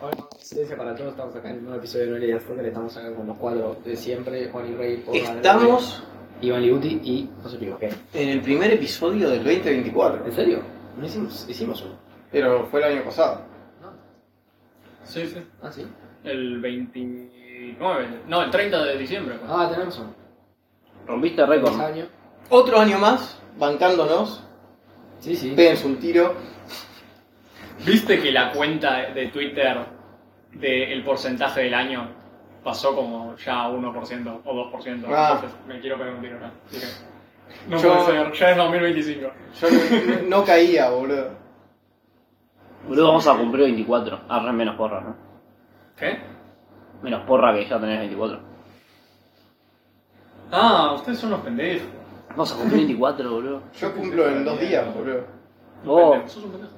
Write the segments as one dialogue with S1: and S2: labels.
S1: Hola, Ciencia para todos, estamos acá en un nuevo episodio de No Leías Fuerte, estamos acá con los cuatro de siempre, Juan y Rey, Paul,
S2: Estamos
S1: Adrián, Iván Liuti y José Pico. ¿Qué?
S2: en el primer episodio del 2024,
S1: ¿En serio? ¿No hicimos, hicimos uno?
S2: pero fue el año pasado.
S1: No.
S3: Sí, sí.
S1: ¿Ah, sí?
S3: El 29. No, el 30 de diciembre. pues. fue.
S1: Ah, tenemos uno.
S4: Rompiste récord.
S1: Feliz año.
S2: Otro año más, bancándonos,
S1: Sí, sí.
S2: péguense un tiro.
S3: ¿Viste que la cuenta de Twitter del porcentaje del año pasó como ya a 1% o 2%?
S2: Ah.
S3: Entonces me quiero pegar un tiro acá. Dije, no
S2: Yo-
S3: puede ser, ya es 2025.
S2: Yo no, no caía, boludo.
S4: Boludo, vamos a cumplir 24. Arre menos porra, ¿no?
S3: ¿Qué?
S4: Menos porra que ya tenés 24.
S3: Ah, ustedes son los pendejos.
S4: Vamos a cumplir 24, boludo.
S2: Yo cumplo en dos días, boludo.
S3: Los
S4: Oh.
S3: pendejos, sos un pendejo.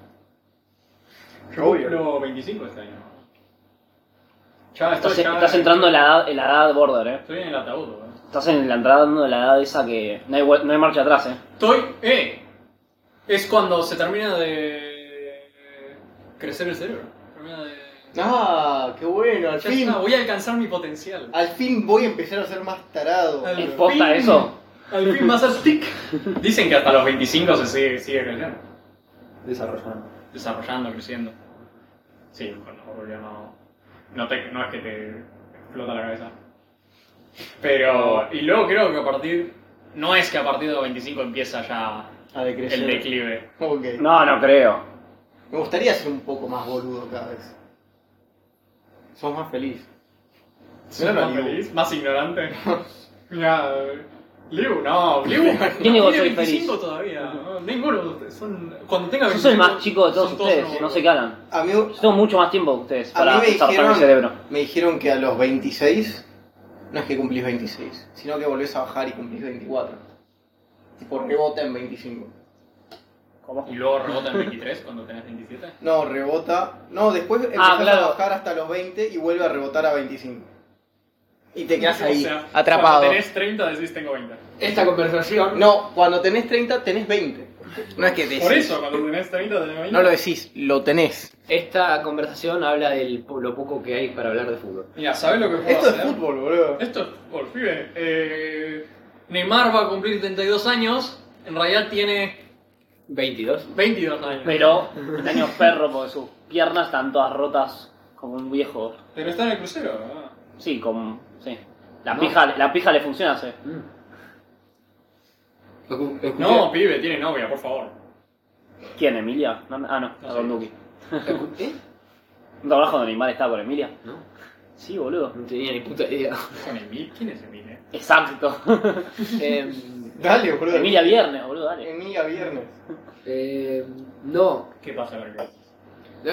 S3: Yo
S2: Obvio.
S3: cumplo 25 este año. Ya estoy,
S4: Estás,
S3: ya-
S4: estás entrando en la edad, en la edad border, eh.
S3: Estoy en el ataúd, boludo.
S4: Estás en la entrando en la edad esa que no hay, vuel- no hay marcha atrás, eh.
S3: Estoy. ¡Eh! Es cuando se termina de. crecer el cerebro. Termina de.
S2: Ah, qué bueno, al
S3: Ya
S2: fin.
S3: está, voy a alcanzar mi potencial.
S2: Al fin voy a empezar a ser más tarado.
S3: Al
S4: ¿Es
S2: boludo.
S3: fin.
S4: posta eso?
S3: Al fin más al tic. Dicen que hasta los 25 se sigue, sigue creciendo.
S1: Desarrollando.
S3: Desarrollando, creciendo. Sí, bueno, obvio no. No, te- no es que te explota la cabeza. Pero. Y luego creo que a partir. No es que a partir de los 25 empieza ya
S2: A
S3: el
S2: decrecer.
S3: declive.
S2: Ok.
S4: No, no creo.
S2: Me gustaría ser un poco más boludo cada vez. Sos más feliz.
S3: ¿Sos
S2: Mira,
S3: más
S2: Liu.
S3: feliz? ¿Más ignorante? Mira, Liu, no, Liu no
S4: Yo digo, soy
S3: 25 todavía, no, ninguno de ustedes, son, cuando tenga
S4: Yo soy
S3: 25,
S4: el más chico de todos
S3: son
S4: ustedes,
S3: unos
S4: no sé qué
S3: boludos.
S4: hablan.
S2: A mí, a
S4: Yo tengo mucho más tiempo que ustedes para
S2: mí me,
S4: desarrollar el cerebro.
S2: dijeron, me dijeron que a los 26 no es que cumplís 26, sino que volvés a bajar y cumplís 24. Tipo, rebota en 25.
S4: ¿Cómo?
S3: Y luego rebota en 23 cuando tenés 27.
S2: No, rebota. No, después empezás
S4: Ah, claro.
S2: a bajar hasta los 20 y vuelve a rebotar a 25. Y te quedas ahí,
S3: O sea,
S2: atrapado.
S3: Cuando tenés 30 decís tengo 20.
S1: Esta conversación...
S2: No, cuando tenés 30, tenés 20. No es que decís.
S3: Por eso, cuando tenés 30 tenés 20.
S2: No lo decís, lo tenés.
S1: Esta conversación habla de lo poco que hay para hablar de fútbol.
S3: Mira, ¿sabés lo que puedo
S2: Esto es
S3: hacer?
S2: fútbol, boludo.
S3: Esto es fútbol, pibe. Eh, Neymar va a cumplir 32 años, en realidad tiene
S1: 22.
S3: 22 años.
S4: Pero, el año perro, porque sus piernas están todas rotas como un viejo.
S3: Pero está en el crucero, ¿verdad?
S4: Sí, como. Sí. La,
S1: No.
S4: pija, la pija le funciona, sí.
S1: Mm.
S3: No, pibe, tiene novia, por favor.
S4: ¿Quién? ¿Emilia? No, ah, no,
S3: No sé.
S4: con Duki.
S1: ¿Eh?
S4: ¿Un trabajo de animal estaba con Emilia?
S1: No,
S4: Sí, boludo.
S1: no tenía ni puta idea.
S3: ¿Con Emil? ¿Quién es Emil? eh?
S4: Exacto.
S1: Em,
S2: Dale, boludo.
S4: Emilia Viernes, boludo, dale.
S2: Emilia Viernes.
S1: em, no,
S3: ¿Qué pasa, García?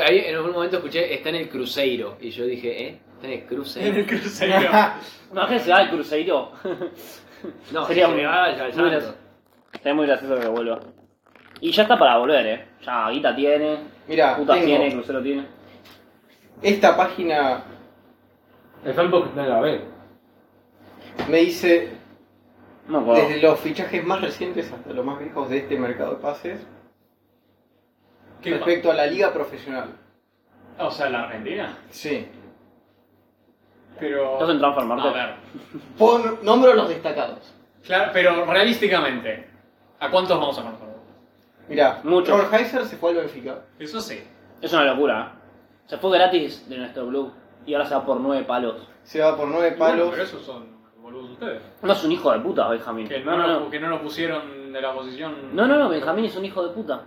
S1: Ahí en algún momento escuché, está en el Cruzeiro. Y yo dije, ¿eh? Está en el
S3: En el
S1: Cruzeiro.
S3: crucero.
S4: No, que se va al cruceiro.
S1: No,
S4: Sería
S1: que se
S4: muy-
S1: me vaya al
S4: muy
S1: llanto.
S4: Está muy gracioso que vuelva. Y ya está para volver, eh. Ya, guita tiene,
S2: Mira,
S4: putas tiene,
S2: Ah, tengo
S4: crucero tiene.
S2: esta página
S1: El fanbox no la ve.
S2: me dice
S4: No me acuerdo.
S2: desde los fichajes más recientes hasta los más viejos de este mercado de pases
S3: ¿Qué pa-
S2: respecto a la liga profesional.
S3: O sea, la Argentina.
S2: Sí.
S3: Pero.
S4: Estás en Transfer
S3: a
S4: Market.
S3: ver.
S2: Pon, nombro los destacados.
S3: Claro, pero realísticamente, ¿a cuántos vamos a conocer?
S2: Mirá,
S4: Muchos.
S2: Heiser se fue al Benfica.
S3: Eso sí.
S4: Es una locura. eh. Se fue gratis de nuestro club y ahora se va por nueve palos.
S2: Se va por nueve
S3: Y
S2: palos.
S3: bueno, pero esos son boludos ustedes.
S4: No es un hijo de puta, Benjamín.
S3: Que
S4: No,
S3: no,
S4: no,
S3: lo-
S4: no.
S3: que no lo pusieron de la posición.
S4: No, no, no, Benjamín es un hijo de puta.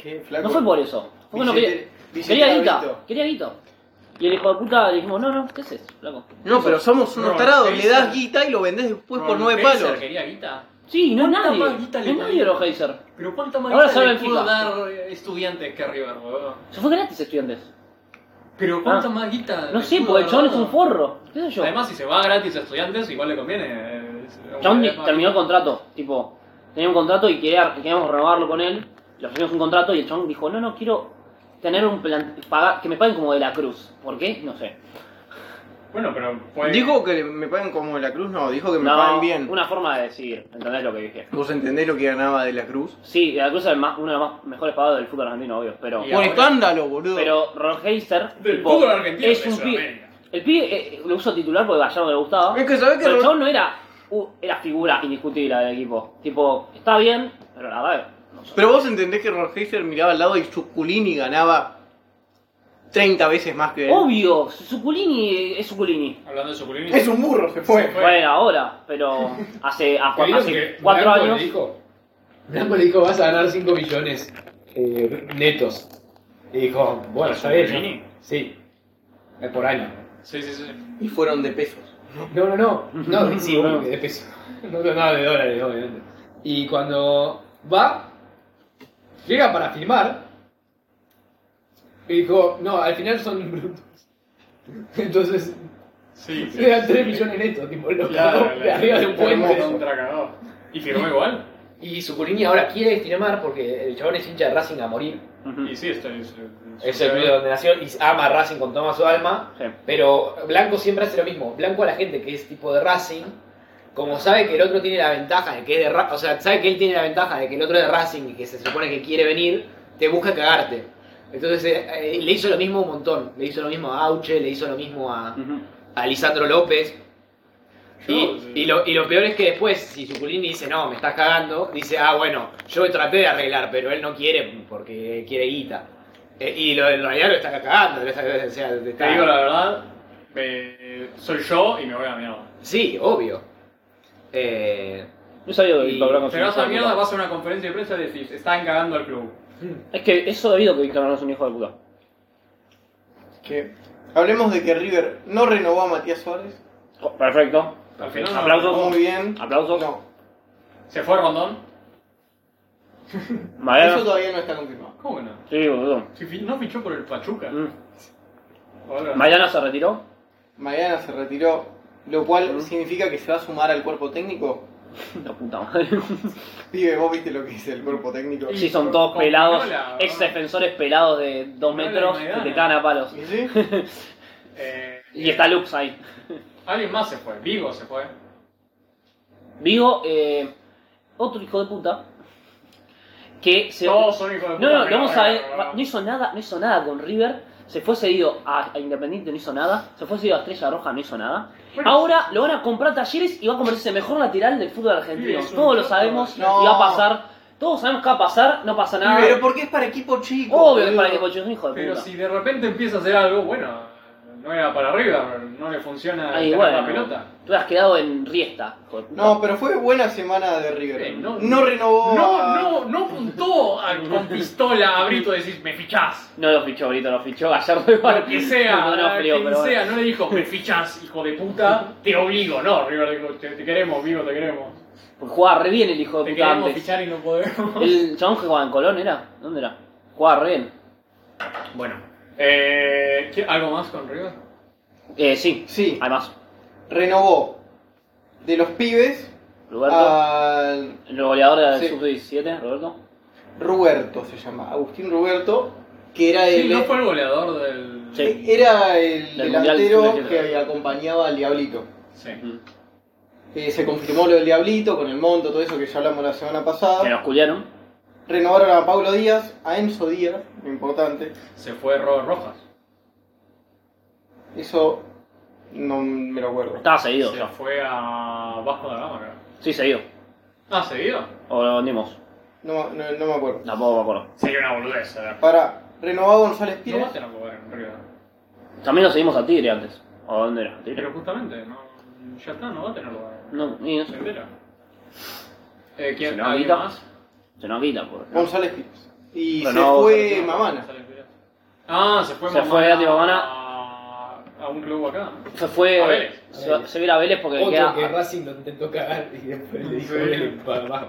S2: Qué flaco.
S4: No fue por eso. Fue que no quería,
S2: Billete- billete
S4: quería
S2: adulto.
S4: guita, quería guita. Y el hijo de puta le dijimos, no, no, ¿qué haces, flaco?
S2: No, pero somos unos
S3: Ron
S2: tarados. Le
S3: Heiser.
S2: das guita y lo vendés después Pues por nueve
S3: Kaiser
S2: palos.
S3: quería guita.
S4: Sí, no
S3: ¿Cuánta
S4: nadie.
S3: más guita le
S4: No
S3: dio?
S4: nadie los Heiser.
S3: Pero ¿cuánta más
S4: Ahora
S3: guita
S4: saben
S3: le pudo
S4: FIFA.
S3: dar eh, estudiantes que River, boludo?
S4: Se fue gratis, estudiantes.
S3: Pero ¿cuánta
S4: Ah.
S3: más guita?
S4: No
S3: le
S4: sé,
S3: pudo
S4: porque el
S3: haber
S4: chabón es
S3: dado?
S4: un forro. ¿Qué sé yo?
S3: Además, si se va gratis a estudiantes, igual le conviene. eh, es-
S4: El chabón
S3: es más
S4: terminó el
S3: guita.
S4: contrato. Tipo, tenía un contrato y quería, queríamos renovarlo con él. Le ofrecimos un contrato y el chabón dijo, no, no, quiero tener un plan... pagar- que me paguen como de la cruz. ¿Por qué? No sé.
S3: Bueno, pero puede.
S2: Dijo que me paguen como la cruz, no, dijo que me
S4: No,
S2: paguen bien.
S4: una forma de decir, ¿entendés lo que dije?
S2: Vos entendés lo que ganaba de la cruz.
S4: Sí, la Cruz es el más- uno de los más mejores pagados del fútbol argentino, obvio, pero...
S3: Y
S2: Por
S3: ahora-
S2: escándalo, boludo.
S4: Pero Rogeister,
S3: Del fútbol argentino
S4: es
S3: de
S4: un pibe...
S3: Sudamérica.
S4: El pibe eh, lo uso titular porque Gallardo le gustaba.
S2: es que sabés que
S4: Pero el
S2: Ro-
S4: chabón no era, uh, era figura indiscutible del equipo. Tipo, está bien, pero la verdad no sé.
S2: Pero vos entendés que Roger miraba al lado y Zuccolini ganaba 30 veces más que él.
S4: Obvio, Suculini es Suculini.
S3: Hablando de Suculini.
S2: Es un burro, se fue.
S3: Se fue.
S4: Bueno, ahora, pero hace, a-
S3: ¿Te vieron
S4: hace
S3: que
S4: cuatro
S1: Blanco
S4: años.
S1: Le dijo, Blanco le dijo, vas a ganar 5 millones eh, netos. Y dijo, bueno, está bien.
S3: Pellegrini?
S1: ¿no? Sí. Es por año.
S3: Sí, sí, sí.
S2: Y fueron de pesos.
S1: No, no, no. No, sí,
S4: No.
S1: de peso. No, no, no, de dólares, obviamente. Y cuando va, llega para firmar. Y dijo, no, al final son brutos. Entonces,
S3: Sí, sí.
S1: le dan 3 millones netos, tipo, lo
S3: Claro,
S1: cagó de arriba de un puente.
S3: Contracador. Y firmó igual.
S1: Y Sucurini ahora quiere firmar porque el chabón es hincha de Racing a morir.
S4: Ujú,
S3: Y sí, está. Es,
S1: Es el club donde nació y ama a Racing con toda su alma.
S4: sí.
S1: Pero Blanco siempre hace lo mismo. Blanco a la gente que es tipo de Racing, como sabe que el otro tiene la ventaja de que es de Racing, o sea, sabe que él tiene la ventaja de que el otro es de Racing y que se supone que quiere venir, te busca cagarte. Entonces eh, eh, le hizo lo mismo un montón. Le hizo lo mismo a Auche, le hizo lo mismo a,
S4: Ujú.
S1: a Lisandro López.
S3: Yo,
S1: Y,
S3: sí.
S1: y lo, y lo peor es que después, si Suculini dice, no, me estás cagando, dice, ah, bueno, yo traté de arreglar, pero él no quiere porque quiere guita. Eh, y lo, en realidad lo está cagando. lo está- o sea, te
S3: Te
S1: está-
S3: digo la verdad, eh, soy yo y me voy a la mierda.
S1: Sí, obvio. Eh,
S4: No sabía que Víctor Blanco es
S3: Te
S4: un
S3: vas
S4: hijo
S3: a
S4: de
S3: la mierda,
S4: puta.
S3: vas a una conferencia de prensa y decís, están cagando al club.
S4: Es que eso debido a que Víctor Blanco es un hijo de puta.
S2: Que hablemos de que River no renovó a Matías Suárez.
S4: Oh, Perfecto.
S3: Al final no.
S4: Aplausos.
S2: Muy bien.
S4: Aplausos.
S2: No,
S3: ¿Se fue Rondón?
S4: Me alegro.
S2: eso todavía no está confirmado.
S3: ¿Cómo que no?
S4: Sí, boludo.
S3: Si fi- no fichó por el Pachuca.
S4: Mm.
S3: Ahora-
S4: Mariana se retiró.
S2: Mariana se retiró, lo cual significa que se va a sumar al cuerpo técnico.
S4: La puta madre.
S2: Pibe, vos viste lo que dice el cuerpo técnico.
S4: Sí, son todos
S3: Con
S4: pelados.
S3: Pinola, ¿no?
S4: Ex defensores pelados de
S3: Pinola
S4: dos
S3: y
S4: metros que
S3: Maidana.
S4: te cagan a palos.
S2: ¿Y sí?
S3: Eh,
S4: Y está Lux ahí.
S3: Alguien más se fue, Vigo se fue.
S4: Vigo, eh, otro hijo de puta. Que se.
S3: Todos son hijos de
S4: No,
S3: puta.
S4: no, lo
S3: pero
S4: vamos a ver.
S3: bueno, bueno.
S4: No hizo nada, no hizo nada con River. Se fue seguido a, a Independiente, no hizo nada. Se fue seguido a Estrella Roja, no hizo nada.
S3: Bueno,
S4: Ahora lo van a comprar Talleres y va a convertirse en el mejor lateral del fútbol argentino.
S3: Sí, es un
S4: Todos lo
S3: choto.
S4: sabemos
S2: No.
S4: y va a pasar. Todos sabemos que va a pasar, no pasa nada.
S2: Pero porque es para equipo chico.
S4: Obvio que
S2: boludo.
S4: para que Pocho es un hijo de
S3: Pero
S4: puta.
S3: si de repente empieza a hacer algo, bueno, no era para arriba, no le funciona
S4: Ahí,
S3: tener
S4: bueno,
S3: la pelota.
S4: tú has quedado en Riesta. hijo de puta.
S2: No, pero fue buena semana de River.
S3: Eh,
S2: no,
S3: no.
S2: renovó. a-
S3: No, no, no apuntó a- con pistola a Brito y decís, me fichás.
S4: No lo fichó Brito, lo fichó Gallardo igual.
S3: Lo que sea,
S4: No, no, frío,
S3: quien
S4: pero bueno.
S3: sea, no le dijo, me fichás, hijo de puta, te obligo. No, River dijo, te, te queremos, amigo, te queremos.
S4: Pues jugaba re bien el hijo de
S3: Te
S4: puta
S3: queremos
S4: antes.
S3: fichar y no podemos.
S4: El chabón que jugaba en Colón era. ¿Dónde era? Jugaba re bien.
S3: Bueno, eh, ¿qué- ¿algo más con River?
S4: Eh, sí.
S2: Sí,
S4: Además,
S2: renovó de los pibes
S1: Ah,
S4: Roberto.
S2: al
S4: El goleador del
S2: Sí.
S4: sub-17, Roberto.
S2: Ruberto, se llama. Agustín Ruberto, que era
S3: Sí,
S2: el, eh,
S3: no fue el goleador del...
S4: Sí.
S2: era el
S4: Del Mundial
S2: delantero
S4: Sub-17.
S2: que acompañaba al Diablito.
S3: Sí.
S2: Eh, se confirmó lo del Diablito con el monto, todo eso que ya hablamos la semana pasada.
S4: Que nos culiaron.
S2: Renovaron a Paulo Díaz, a Enzo Díaz, lo importante.
S3: Se fue Robert Rojas.
S2: Eso no me lo acuerdo.
S4: Estaba seguido.
S3: Se
S4: yo.
S3: fue a Vasco da Gama, creo.
S4: Sí, seguido.
S3: Ah, ¿seguido?
S4: O lo vendimos.
S2: No, no, no me acuerdo.
S4: Tampoco me acuerdo.
S3: Sería una boludez, a ver.
S2: Para, renovó a González
S3: No
S2: Pires.
S3: vas a no jugar en River.
S4: También lo seguimos a Tigre antes. ¿O dónde era?
S3: Pero
S4: ¿Tigre?
S3: justamente, no, ya está, no va a tener lugar.
S4: No, y
S3: Se
S4: eso.
S3: entera. Eh,
S4: Se
S3: ¿Quién?
S4: nos
S3: ¿Alguien
S4: quita.
S3: más?
S4: Se nos quita, pues. por.
S2: González Pires. Y
S4: Renovó
S2: se fue
S4: González
S2: Mamana.
S3: Ah, se fue
S4: Se fue Gatti Mamana.
S3: a, a un club acá.
S4: Se fue.
S3: A Vélez.
S4: Se, va- se va a ir a Vélez porque le
S1: otro
S4: queda.
S1: que Racing lo intentó cagar y después le dijo
S3: Sí.
S1: Vélez para abajo.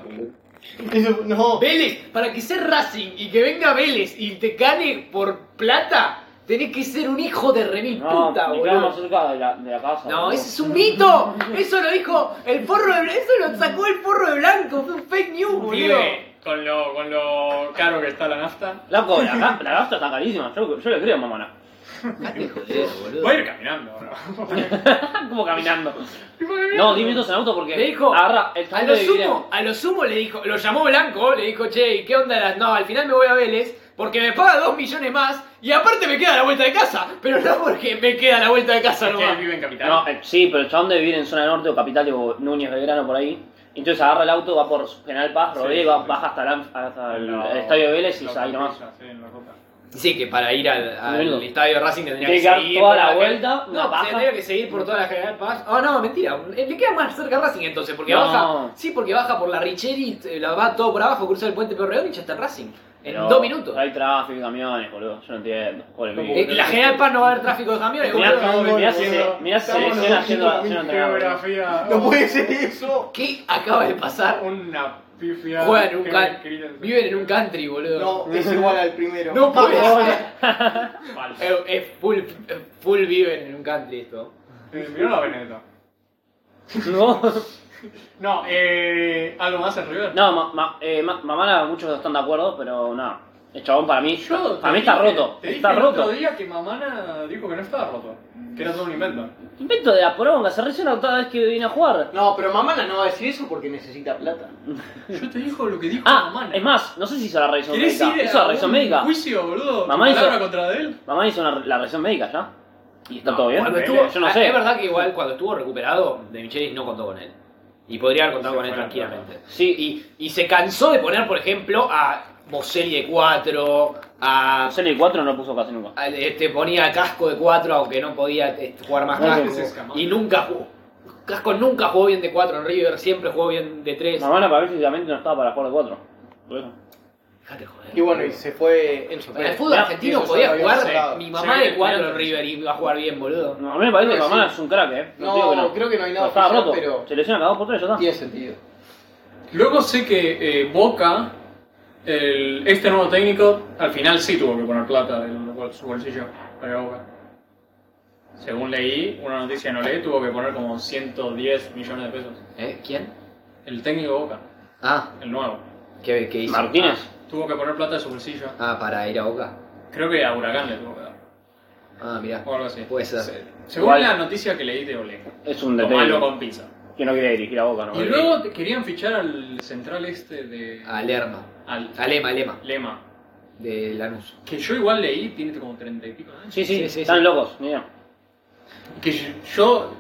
S2: Eso- no,
S1: Vélez, para que sea Racing y que venga Vélez y te gane por plata, tenés que ser un hijo de remil
S4: No,
S1: puta,
S4: le queda más
S1: boludo.
S4: cerca de la, de la casa.
S1: No,
S4: boludo.
S1: ese es un mito. Eso lo dijo el porro de Eso lo sacó el porro de blanco. Fue un fake news, boludo.
S3: Vive con lo, con lo caro que está la nafta.
S4: Loco, la, ca- la gasta está carísima. Yo, yo le creo a Mamana.
S1: Dejate de joder, boludo.
S3: Voy a ir caminando ahora.
S4: Como caminando. No, 10 minutos en auto porque
S1: Le dijo,
S4: agarra el
S1: A
S4: tronco
S1: lo
S4: de vidriera.
S1: sumo, a lo sumo le dijo, lo llamó Blanco, le dijo, che, ¿y ¿qué onda? las- No, al final me voy a Vélez porque me paga 2 millones más y aparte me queda a la vuelta de casa, pero no porque me queda a la vuelta de casa
S3: Que él
S1: nomás.
S3: vive en Capital.
S4: No, eh, sí, pero el chabón debe vivir en zona norte o capital, tipo Núñez, Belgrano, por ahí. Entonces agarra el auto, va por General Paz,
S3: Sí,
S4: Rodríguez, va-
S3: sí.
S4: baja hasta, la- hasta el,
S3: No,
S4: el estadio de Vélez y
S3: lo
S4: se va ahí nomás.
S3: campilla, sí, en la ruta.
S1: Sí, que para ir al, al
S4: Boludo.
S1: estadio de Racing tendría que
S4: Tiene que dar
S1: seguir
S4: toda
S1: por
S4: la
S1: General-
S4: vuelta, una
S1: No,
S4: paja.
S1: se tendría que seguir por toda la General Paz. Ah, no, mentira, eh, le queda más cerca Racing entonces, porque
S4: No.
S1: baja, sí, porque baja por la Richeri, eh, la va todo por abajo, cruza el puente Perreón y ya está en Racing. En
S4: Pero
S1: dos minutos.
S4: Hay tráfico, camiones, boludo. Yo no entiendo. Pobre
S3: No,
S4: mío.
S1: Eh, la General Paz no va a haber tráfico de camiones,
S4: Mirá,
S1: boludo.
S3: estamos
S4: mirá si
S3: diciendo-
S4: se- mirá si se
S3: estamos
S4: lesiona
S3: nosotros
S4: haciendo
S3: quinto
S4: haciendo entrenamiento, boludo.
S3: Geografía.
S2: No puede ser eso.
S1: ¿Qué acaba de pasar?
S3: Una pifia.
S1: Juegan en un
S3: que
S1: can-
S3: escriben-
S1: Viven en un country, boludo.
S2: No, es igual al primero.
S1: No puede ser.
S3: Falso.
S1: Eh, Es full, eh, full viven en un country esto.
S3: Eh, Miró la Benedetta.
S4: No,
S3: No, eh. ¿Algo más en River?
S4: no ma- ma- eh, ma- Mamana, muchos no están de acuerdo, pero nada. El chabón para mí,
S3: Yo.
S4: para mí está roto.
S3: Te dije
S4: Está
S3: el otro
S4: roto.
S3: día que Mamana dijo que no estaba roto. Que era todo un invento.
S4: Invento de la poronga, se reacciona cada vez que viene a jugar.
S2: No, pero Mamana no va a decir eso porque necesita plata.
S3: Yo te dijo lo que dijo
S4: Ah,
S3: Mamana.
S4: es más, no sé si hizo la revisión
S3: ¿Querés
S4: médica.
S3: ir
S4: Hizo la
S3: a
S4: revisión
S3: un
S4: médica.
S3: juicio, boludo?
S4: Mamá
S3: ¿Tu
S4: hizo-
S3: palabra contra de él?
S4: Mamá hizo una, la revisión médica ya. ¿Y está
S1: No,
S4: todo bien? Eh,
S1: Cuando
S3: Ponele,
S1: estuvo,
S4: yo no
S1: ah,
S4: sé.
S1: Es verdad que igual cuando estuvo recuperado, De Michelis no contó con él. Y podría haber contado
S3: Se
S1: con él
S3: fue,
S1: tranquilamente.
S4: Sí,
S1: Y, y se cansó de poner, por ejemplo, a Boselli de 4, a.
S4: y el 4 no lo puso casi nunca.
S1: a- este, ponía casco de 4 aunque no podía este, jugar más
S4: No,
S1: casco.
S3: ese es Camada.
S1: y nunca jugó. Casco nunca jugó bien de 4 en River, siempre jugó bien de 3.
S4: Mamana para mí físicamente no estaba para jugar de 4. Por eso.
S1: Déjate joder.
S2: Y bueno, y se fue en su
S1: Para el fútbol argentino
S2: eso
S1: podía
S2: sabía,
S1: jugar.
S2: sí.
S1: Mi mamá
S3: Sí,
S1: de 4 en
S3: mirando.
S1: River iba a jugar bien, boludo.
S4: No, a mí me parece que
S2: Creo que
S4: Mamana
S2: sí.
S4: es un crack, eh.
S2: No,
S4: digo
S2: creo que no hay nada
S4: estaba
S2: oficial,
S4: roto.
S2: pero-
S4: Se lesiona cada 2 por 3 ya está.
S2: Tiene sentido.
S3: Luego sé que eh, Boca, el- este nuevo técnico, al final sí tuvo que poner plata de bol- su bolsillo para Boca. Según leí, una noticia no leí, tuvo que poner como 110 millones de pesos.
S1: ¿Eh? ¿Quién?
S3: El técnico de Boca,
S1: Ah,
S3: el nuevo,
S1: ¿qué, qué hizo?
S4: Martínez.
S3: tuvo que poner plata de su bolsillo.
S1: Ah, para ir a Boca.
S3: Creo que a Huracán le tuvo que dar,
S1: Ah, mirá.
S3: o algo así.
S1: Puede ser.
S3: Se- según
S4: Igual-
S3: la noticia que leí de Olé,
S4: Es un
S3: tomarlo
S4: detalle
S3: con pizza.
S4: que no quiere dirigir a Boca, ¿no? eh.
S3: Y luego te- querían fichar al central este de...
S1: A Lerma.
S3: al
S1: A Lema, Lema.
S3: Lema.
S1: De Lanús.
S3: Que yo igual leí, tiene como treinta y pico años.
S4: Sí, sí,
S1: Sí, sí,
S4: están
S1: sí.
S4: locos, mira.
S3: Que yo,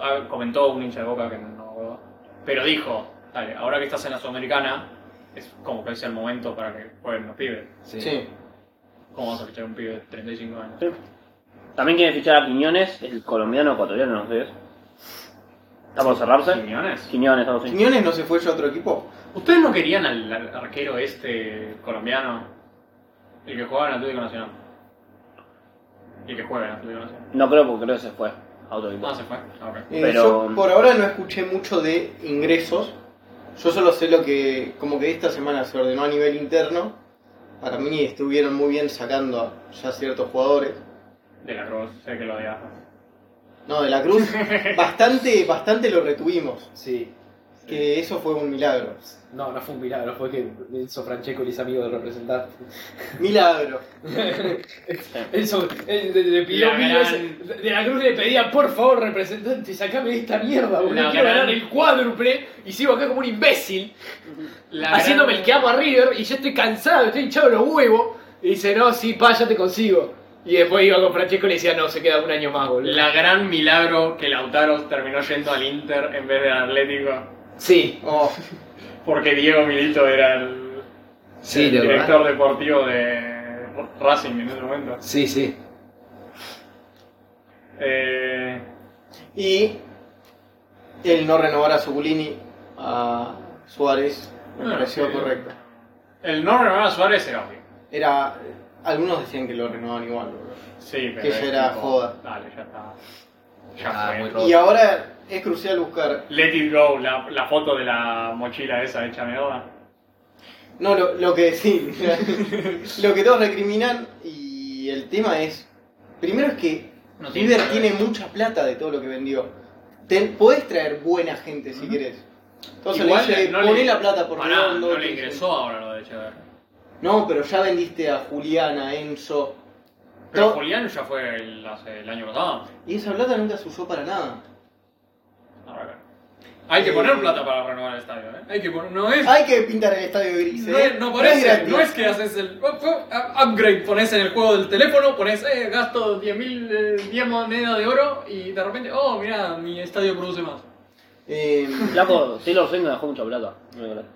S3: a ver, comentó un hincha de boca que no me acuerdo, pero dijo, dale, ahora que estás en la Sudamericana, es como que es el momento para que jueguen los pibes.
S1: Sí.
S3: ¿Cómo vas a fichar un pibe de 35 años?
S4: Sí. También quiere fichar a Quiñones, el colombiano ecuatoriano, no sé. Está por cerrarse.
S3: ¿Quiñones?
S4: Quiñones, algo así.
S2: ¿Quiñones no se fue yo a otro equipo?
S3: ¿Ustedes no querían al ar- arquero este colombiano? El que jugaba en Atlético Nacional. Y el que juega en Atlético Nacional.
S4: No creo porque creo que se fue a otro equipo.
S3: Ah, se fue. Ah, ok.
S2: Eh,
S4: Pero-
S2: Yo por ahora no escuché mucho de ingresos. Yo solo sé lo que, como que esta semana se ordenó a nivel interno. Para mí estuvieron muy bien sacando a ya ciertos jugadores.
S3: De la Cruz, sé que lo odias.
S2: No, de la Cruz, bastante, bastante lo retuvimos.
S1: Sí.
S2: Que eso fue un milagro.
S1: No, no fue un milagro, fue que Enzo Francesco y es amigo del representante.
S2: Milagro.
S1: Enzo él le, le pidió
S3: La
S1: mil
S3: gran-
S1: veces- De la Cruz le pedía, por favor, representante, sacame de esta mierda, boludo.
S3: La
S1: Quiero
S3: gran-
S1: ganar el cuádruple y sigo acá como un imbécil,
S3: La
S1: haciéndome
S3: gran-
S1: el que amo a River y yo estoy cansado, estoy hinchado los huevos. Y dice, no, sí, pa, ya te consigo. Y después iba con Francesco y le decía, no, se queda un año más, boludo.
S3: La gran milagro que Lautaro terminó yendo al Inter en vez del Atlético,
S1: Sí,
S2: Oh,
S3: porque Diego Milito era el,
S1: Sí,
S3: el
S1: de verdad.
S3: director deportivo de Racing en ese momento.
S1: sí, sí.
S3: Eh,
S2: y el no renovar a Zuculini a Suárez me
S1: Ah,
S3: bueno,
S2: pareció
S3: sí.
S2: correcto.
S3: El no renovar a Suárez era obvio.
S2: Era. Algunos decían que lo renovaban igual, boludo.
S3: Sí, pero
S2: Que ya
S3: es
S2: era joda.
S3: Dale, ya está.
S1: Ah,
S3: Ya
S1: muy
S3: fue.
S1: roto.
S2: Y ahora es crucial buscar.
S3: Let it go, la, la foto de la mochila esa hecha mierda.
S2: No, lo, lo que sí. lo que todos recriminan y el tema es. Primero es que
S3: No tiene
S2: River
S3: nada.
S2: tiene mucha plata de todo lo que vendió. Te, podés traer buena gente si
S3: Ujú.
S2: querés. Entonces
S3: Igual
S2: le dice,
S3: no
S2: poné
S3: le-
S2: la plata por
S3: Pará,
S2: Redondo,
S3: no
S2: que
S3: le
S2: es-
S3: ingresó ahora lo de Echeverría.
S2: No, pero ya vendiste a Julián, a Enzo.
S3: Pero
S2: To-
S3: Julián ya fue el, hace, el año pasado.
S2: Y esa plata nunca se usó para nada.
S3: Ahora acá. Hay que
S2: Eh,
S3: poner plata para renovar el estadio, ¿eh? Hay que poner. No es.
S2: Hay que pintar el estadio gris,
S3: no,
S2: ¿eh?
S3: es- no
S2: es
S3: parece.
S2: gratis.
S3: No es que haces el. up- up- Upgrade, pones en el juego del teléfono, pones. Eh, gasto 10.000. eh, 10 monedas de oro y de repente. Oh, mira, mi estadio produce más.
S2: Eh,
S4: Flaco, Taylor Swift me dejó mucha plata. Muy plata.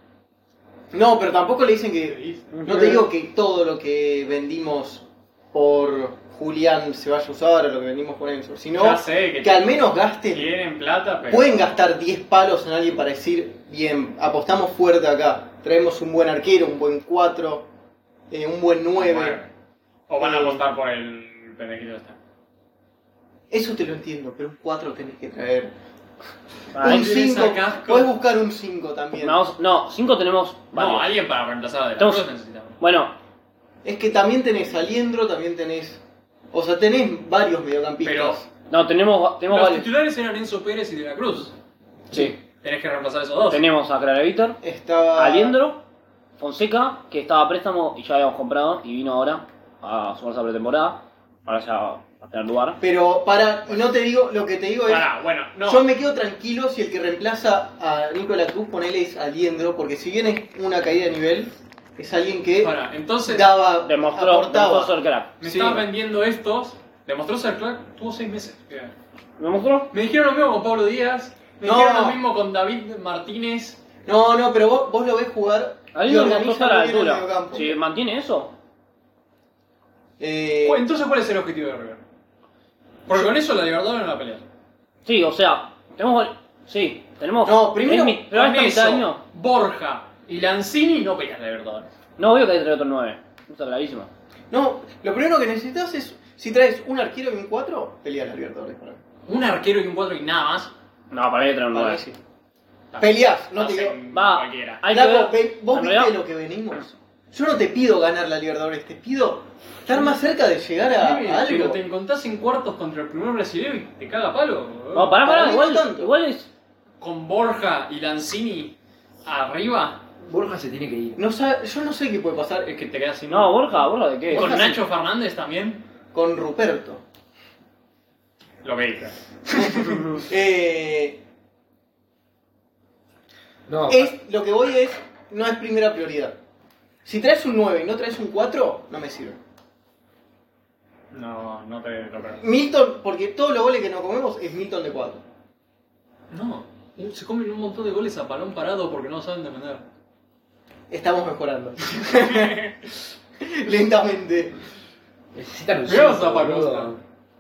S2: no, pero tampoco le dicen
S3: ¿Qué
S2: que.
S3: dices?
S2: No te digo que todo lo que vendimos por Julián se vaya a usar o lo que vendimos por Enzo, sino
S3: Ya sé que,
S2: que al menos gasten.
S3: tienen plata, pero.
S2: Pueden gastar 10 palos en alguien para decir, bien, apostamos fuerte acá. Traemos un buen arquero, un buen 4, un buen 9.
S3: O van a apostar por el pendejito este.
S2: Eso te lo entiendo, pero un 4 tenés que traer.
S4: Ah,
S2: un
S3: ¿quién es
S2: 5,
S3: Acasco?
S2: podés buscar un 5 también.
S4: vamos- no, cinco tenemos
S3: No,
S4: varios.
S3: alguien para reemplazar a De La
S4: Entonces-
S3: Cruz necesitamos.
S4: Bueno,
S2: Es que también tenés a Liendro, también tenés. O sea, tenés varios mediocampistas.
S4: no, tenemos, tenemos
S3: Los
S4: varios.
S3: titulares eran Enzo Pérez y De La Cruz.
S4: Sí.
S3: Tenés que reemplazar esos dos.
S4: Tenemos a Craraviter,
S2: Estaba.
S4: Aliendro, Fonseca, que estaba a préstamo y ya habíamos comprado y vino ahora a sumarse a pretemporada. Ahora ya va a tener lugar.
S2: Pero para, no te digo, lo que te digo es.
S3: Pará, bueno, no.
S2: Yo me quedo tranquilo si el que reemplaza a Nicolás Cruz ponele es Aliendro, porque si bien es una caída de nivel, es alguien que
S3: Pará, entonces
S2: daba,
S4: Demostró, demostró
S2: aportaba.
S4: ser crack.
S3: me
S2: sí.
S3: estaba vendiendo estos. Demostró ser crack, tuvo seis meses.
S4: ¿Demostró?
S3: Me dijeron lo mismo con Pablo Díaz. Me
S2: No.
S3: dijeron lo mismo con David Martínez.
S2: No, no, pero vos, vos lo ves jugar y
S4: Aliendro demostró
S2: organiza
S4: estar a
S2: muy
S4: la
S2: bien el
S4: altura.
S2: mediocampo.
S4: Si mantiene eso,
S2: Eh,
S3: Bueno, Entonces, ¿cuál es el objetivo de River? Porque con eso la Libertadores no la pelea.
S4: sí, o sea, tenemos. vari- Sí, tenemos.
S2: No, primero,
S4: es mi- pero
S3: con
S4: esta mitad de
S3: eso,
S4: año,
S3: Borja y Lanzini no pelean la Libertadores.
S4: no veo que hay que traer otro 9. Está clarísimo.
S2: No, lo primero que necesitas es. Si traes un arquero y un 4, pelea la Libertadores para mí.
S3: Un arquero y un cuatro y nada más.
S4: No, para mí hay que traer un
S2: Para mí
S4: 9.
S2: sí. Peleás, no te
S3: Hacen
S2: digo.
S4: Va,
S3: Cualquiera.
S4: hay que
S2: Flaco,
S4: ver.
S2: ven- vos
S4: en
S2: viste
S4: realidad-
S2: lo que venimos. Yo no te pido ganar la Libertadores, te pido estar más cerca de llegar a, a
S3: Sí, Pero
S2: algo.
S3: te encontrás en cuartos contra el primer brasileño y te caga palo. boludo.
S4: No, pará,
S2: Para
S4: pará,
S2: mí
S4: igual,
S2: no tanto.
S4: igual es.
S3: Con Borja y Lanzini arriba,
S1: Borja se tiene que ir.
S2: No sabe- yo no sé qué puede pasar eh,
S3: es que te quedas sin.
S4: No, Borja, Borja, ¿de qué?
S3: Con
S2: Borja sí.
S3: Nacho Fernández también.
S2: con Ruperto.
S3: Lo que dice. Mm.
S2: Eh,
S1: No,
S2: es, lo que voy es, no es primera prioridad. Si traes un 9 y no traes un 4, no me sirve.
S3: No, no te lo creo.
S2: Milton, porque todos los goles que nos comemos es Milton de 4.
S3: No, se comen un montón de goles a palón parado porque no saben defender.
S2: Estamos mejorando. Lentamente.
S1: necesitan un
S3: Mirá,
S1: cinco,
S3: Zapalcosta.
S1: boludo.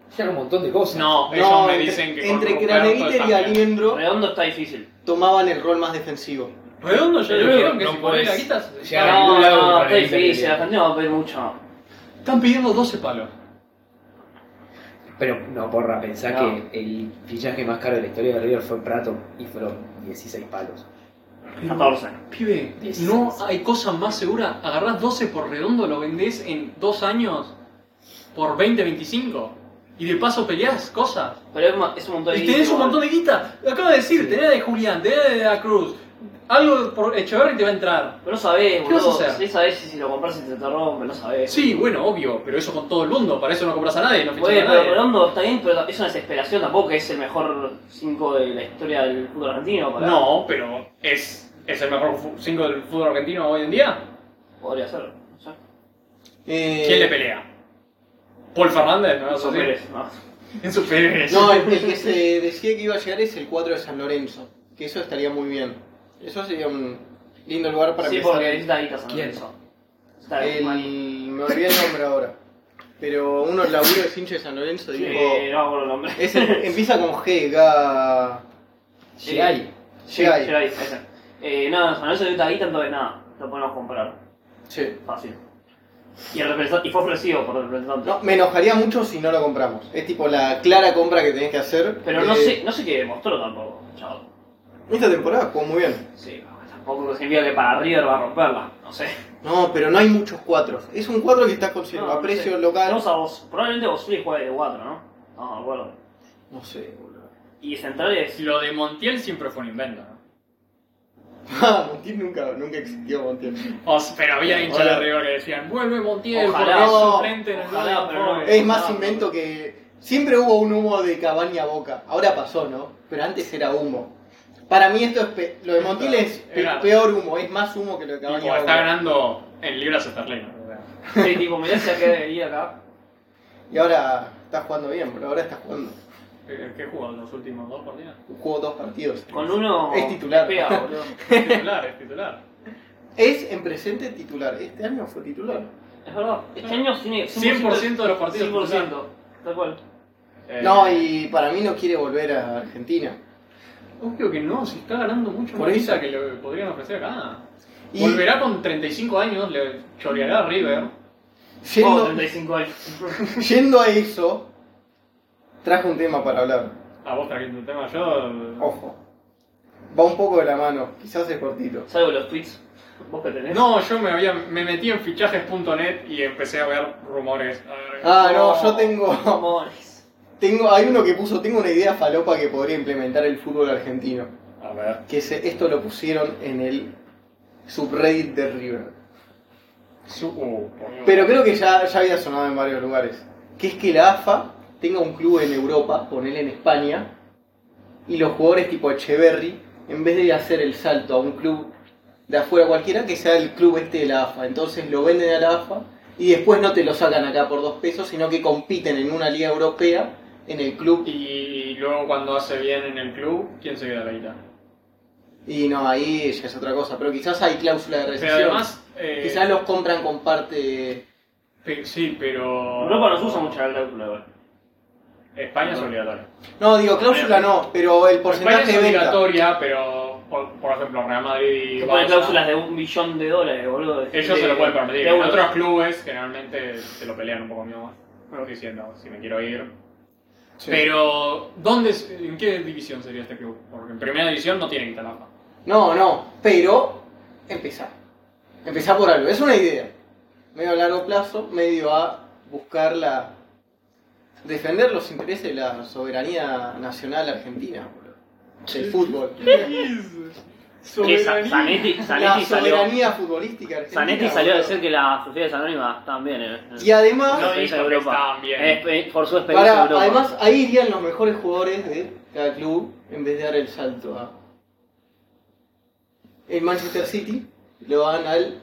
S1: Necesitan un montón de cosas.
S3: No, ellos
S2: No,
S3: me
S2: entre-
S3: dicen que.
S2: entre
S3: con Roberto
S2: Craneviter y
S3: están bien.
S2: Aliendro
S4: Redondo está difícil.
S2: tomaban el rol más defensivo.
S3: Redondo ya
S1: Pero
S3: le dijeron que
S1: no
S3: si
S1: podés
S3: ponés la guita.
S1: llegar a ningún lado con el Inter.
S4: Argentina va a pedir mucho.
S3: Están pidiendo 12 palos.
S1: Pero no, porra, pensá
S4: No.
S1: que eh, el fichaje más caro de la historia de River fue Prato y fueron 16 palos.
S4: 14.
S3: Pibe,
S1: Dieciséis.
S3: no hay cosa más segura. Agarrás 12 por redondo, lo vendés en 2 años por 20, 25. Y de paso peleás cosas.
S4: Pero es, ma- es un montón de
S3: Y tenés un
S4: guita,
S3: montón de guita. Acabo de decir, tenés de Julián, tenés de la Cruz. Algo por Echeverri te va a entrar.
S4: Pero no sabés,
S3: ¿Qué vas a
S4: boludo.
S3: hacer?
S4: Sí sabés si, si lo compras y te, te rompe, no sabés.
S3: Sí, bueno, obvio, pero eso con todo el mundo. Para eso no compras a nadie, no fichás
S4: Bueno,
S3: a
S4: pero
S3: nadie.
S4: Redondo está bien, pero es una desesperación tampoco que es el mejor 5 de la historia del fútbol argentino. para-
S3: No, pero es, es el mejor 5 del fútbol argentino hoy en día.
S4: Podría ser. no sé.
S2: Eh,
S3: ¿Quién le pelea? Paul Fernández, ¿no?
S4: Enzo Pérez, ¿no?
S3: Enzo Pérez.
S2: No, el, el que se decía que iba a llegar es el 4 de San Lorenzo. Que eso estaría muy bien. Eso sería un lindo lugar para
S4: Sí,
S2: empezar.
S4: porque necesita guita San
S1: ¿Quién?
S4: Lorenzo. Necesita
S2: El,
S4: Guzmán.
S2: me olvidé el nombre ahora. Pero uno del laburo de hincha de San Lorenzo dijo.
S4: Eh, no me acuerdo el nombre.
S2: es el- empieza con G, Ga.
S1: Sí, hay.
S4: Sí,
S2: Gigai.
S4: Geray, ese. Eh, no, San Lorenzo necesita guita, entonces nada, lo podemos comprar.
S2: Sí.
S4: Fácil. Y, el representante- y fue ofrecido por el representante.
S2: No, me enojaría mucho si no lo compramos. Es tipo la clara compra que tenés que hacer.
S4: Pero no
S2: Eh,
S4: sé, no sé qué demostró tampoco. Chao.
S2: Esta temporada jugó muy bien.
S4: Sí, tampoco significa que para River va a romperla. No sé.
S2: No, pero no hay muchos 4. Es un 4 que está consiguiendo
S4: No,
S2: a
S4: no
S2: precio
S4: sé.
S2: local.
S4: Tenemos a vos. Probablemente vos juegue de 4, ¿no? No, de acuerdo.
S2: No sé, boludo.
S4: Y centrales.
S3: Lo de Montiel siempre fue un invento, ¿no?
S2: Ah, Montiel nunca, nunca existió Montiel.
S3: O s- pero había hinchas de
S2: Hola.
S3: arriba que decían, vuelve Montiel,
S4: Ojalá,
S3: porque es
S2: no.
S3: suplente en el
S4: Ojalá,
S3: Bayern,
S4: pero no.
S3: pobre".
S2: Es más invento que. Siempre hubo un humo de Cabaña a Boca. Ahora pasó, ¿no? Pero antes era humo. Para mí esto es pe- lo de Montiel es pe-
S3: Era-
S2: peor humo, es más humo que lo de Cabaña
S3: Tipo,
S2: a
S3: está
S2: Boca.
S3: ganando en libras esterlinas. o sea.
S4: Sí, tipo, mirá si acá debería acá.
S2: Y ahora está jugando bien, pero ahora está jugando.
S3: ¿Qué qué jugó en los últimos dos partidos?
S2: Jugó dos partidos.
S4: Con uno.
S2: Es titular.
S4: Pega, boludo.
S3: Es titular, es titular.
S2: Es en presente titular. Este año fue titular.
S4: Es verdad. Este año tiene
S3: 100% de los partidos
S4: 100%. Tal cual.
S3: Eh,
S2: No, y para mí no quiere volver a Argentina.
S3: Obvio que no, si está ganando mucho
S2: Por
S3: más
S2: eso.
S3: guita que lo que podrían ofrecer acá.
S2: Y-
S3: Volverá con 35 años, le choreará a River.
S4: Oh,
S2: Yendo,
S4: 35 años.
S2: yendo a eso, traje un tema para hablar.
S3: A vos trajiste un tema yo.
S2: Ojo. Va un poco de la mano, quizás es cortito.
S4: Salvo los tweets. Vos que tenés.
S3: No, yo me había me metí en fichajes.net y empecé a ver rumores. A ver,
S2: Ah, no, yo tengo,
S4: Amores.
S2: tengo. Hay uno que puso, tengo una idea falopa que podría implementar el fútbol argentino.
S3: A ver.
S2: Que se- esto lo pusieron en el subreddit de River.
S3: Su- uh, por Dios.
S2: Pero creo que ya, ya había sonado en varios lugares. Que es que la AFA tenga un club en Europa, ponele en España, y los jugadores tipo Echeverry, en vez de ir a hacer el salto a un club de afuera cualquiera, que sea el club este de la AFA. Entonces lo venden a la AFA y después no te lo sacan acá por dos pesos, sino que compiten en una liga europea en el club.
S3: Y luego cuando hace bien en el club, ¿quién se queda la guita?
S2: Y no, ahí ya es otra cosa, pero quizás hay cláusula de
S3: Pero
S2: rescisión.
S3: además. eh,
S2: quizás los compran con parte...
S3: pe- sí, pero.
S4: Europa nos usa mucha cláusula, güey.
S3: España es obligatoria.
S2: No, digo cláusula no, pero el porcentaje
S3: España
S2: de
S3: es
S2: venta.
S3: obligatoria, pero. Por, por ejemplo, Real Madrid y.
S4: Se ponen
S3: Barça,
S4: cláusulas de un millón de dólares, boludo.
S3: Ellos
S4: De-
S3: se lo pueden permitir.
S4: de
S3: En
S4: euros.
S3: otros clubes generalmente se lo pelean un poco más. Pero diciendo, si me quiero ir.
S2: Sí.
S3: Pero, ¿dónde, es- ¿en qué división sería este club? Porque en primera división no tiene Guitalapa.
S2: No, no, pero empezar. Empezar por algo, es una idea. Medio a largo plazo, medio a buscar la. defender los intereses de la soberanía nacional argentina, boludo. Del fútbol.
S4: Que Sa- Zanetti,
S2: La
S4: Zanetti salió.
S2: soberanía futbolística argentina.
S4: Zanetti salió a
S2: boludo.
S4: decir que las sociedades anónimas están bien, eh.
S2: Y además,
S3: No dijo que estaban bien.
S4: Eh, por su
S2: pará,
S4: experiencia en Europa.
S2: además ahí irían los mejores jugadores de cada club en vez de dar el salto a. El Manchester City lo dan al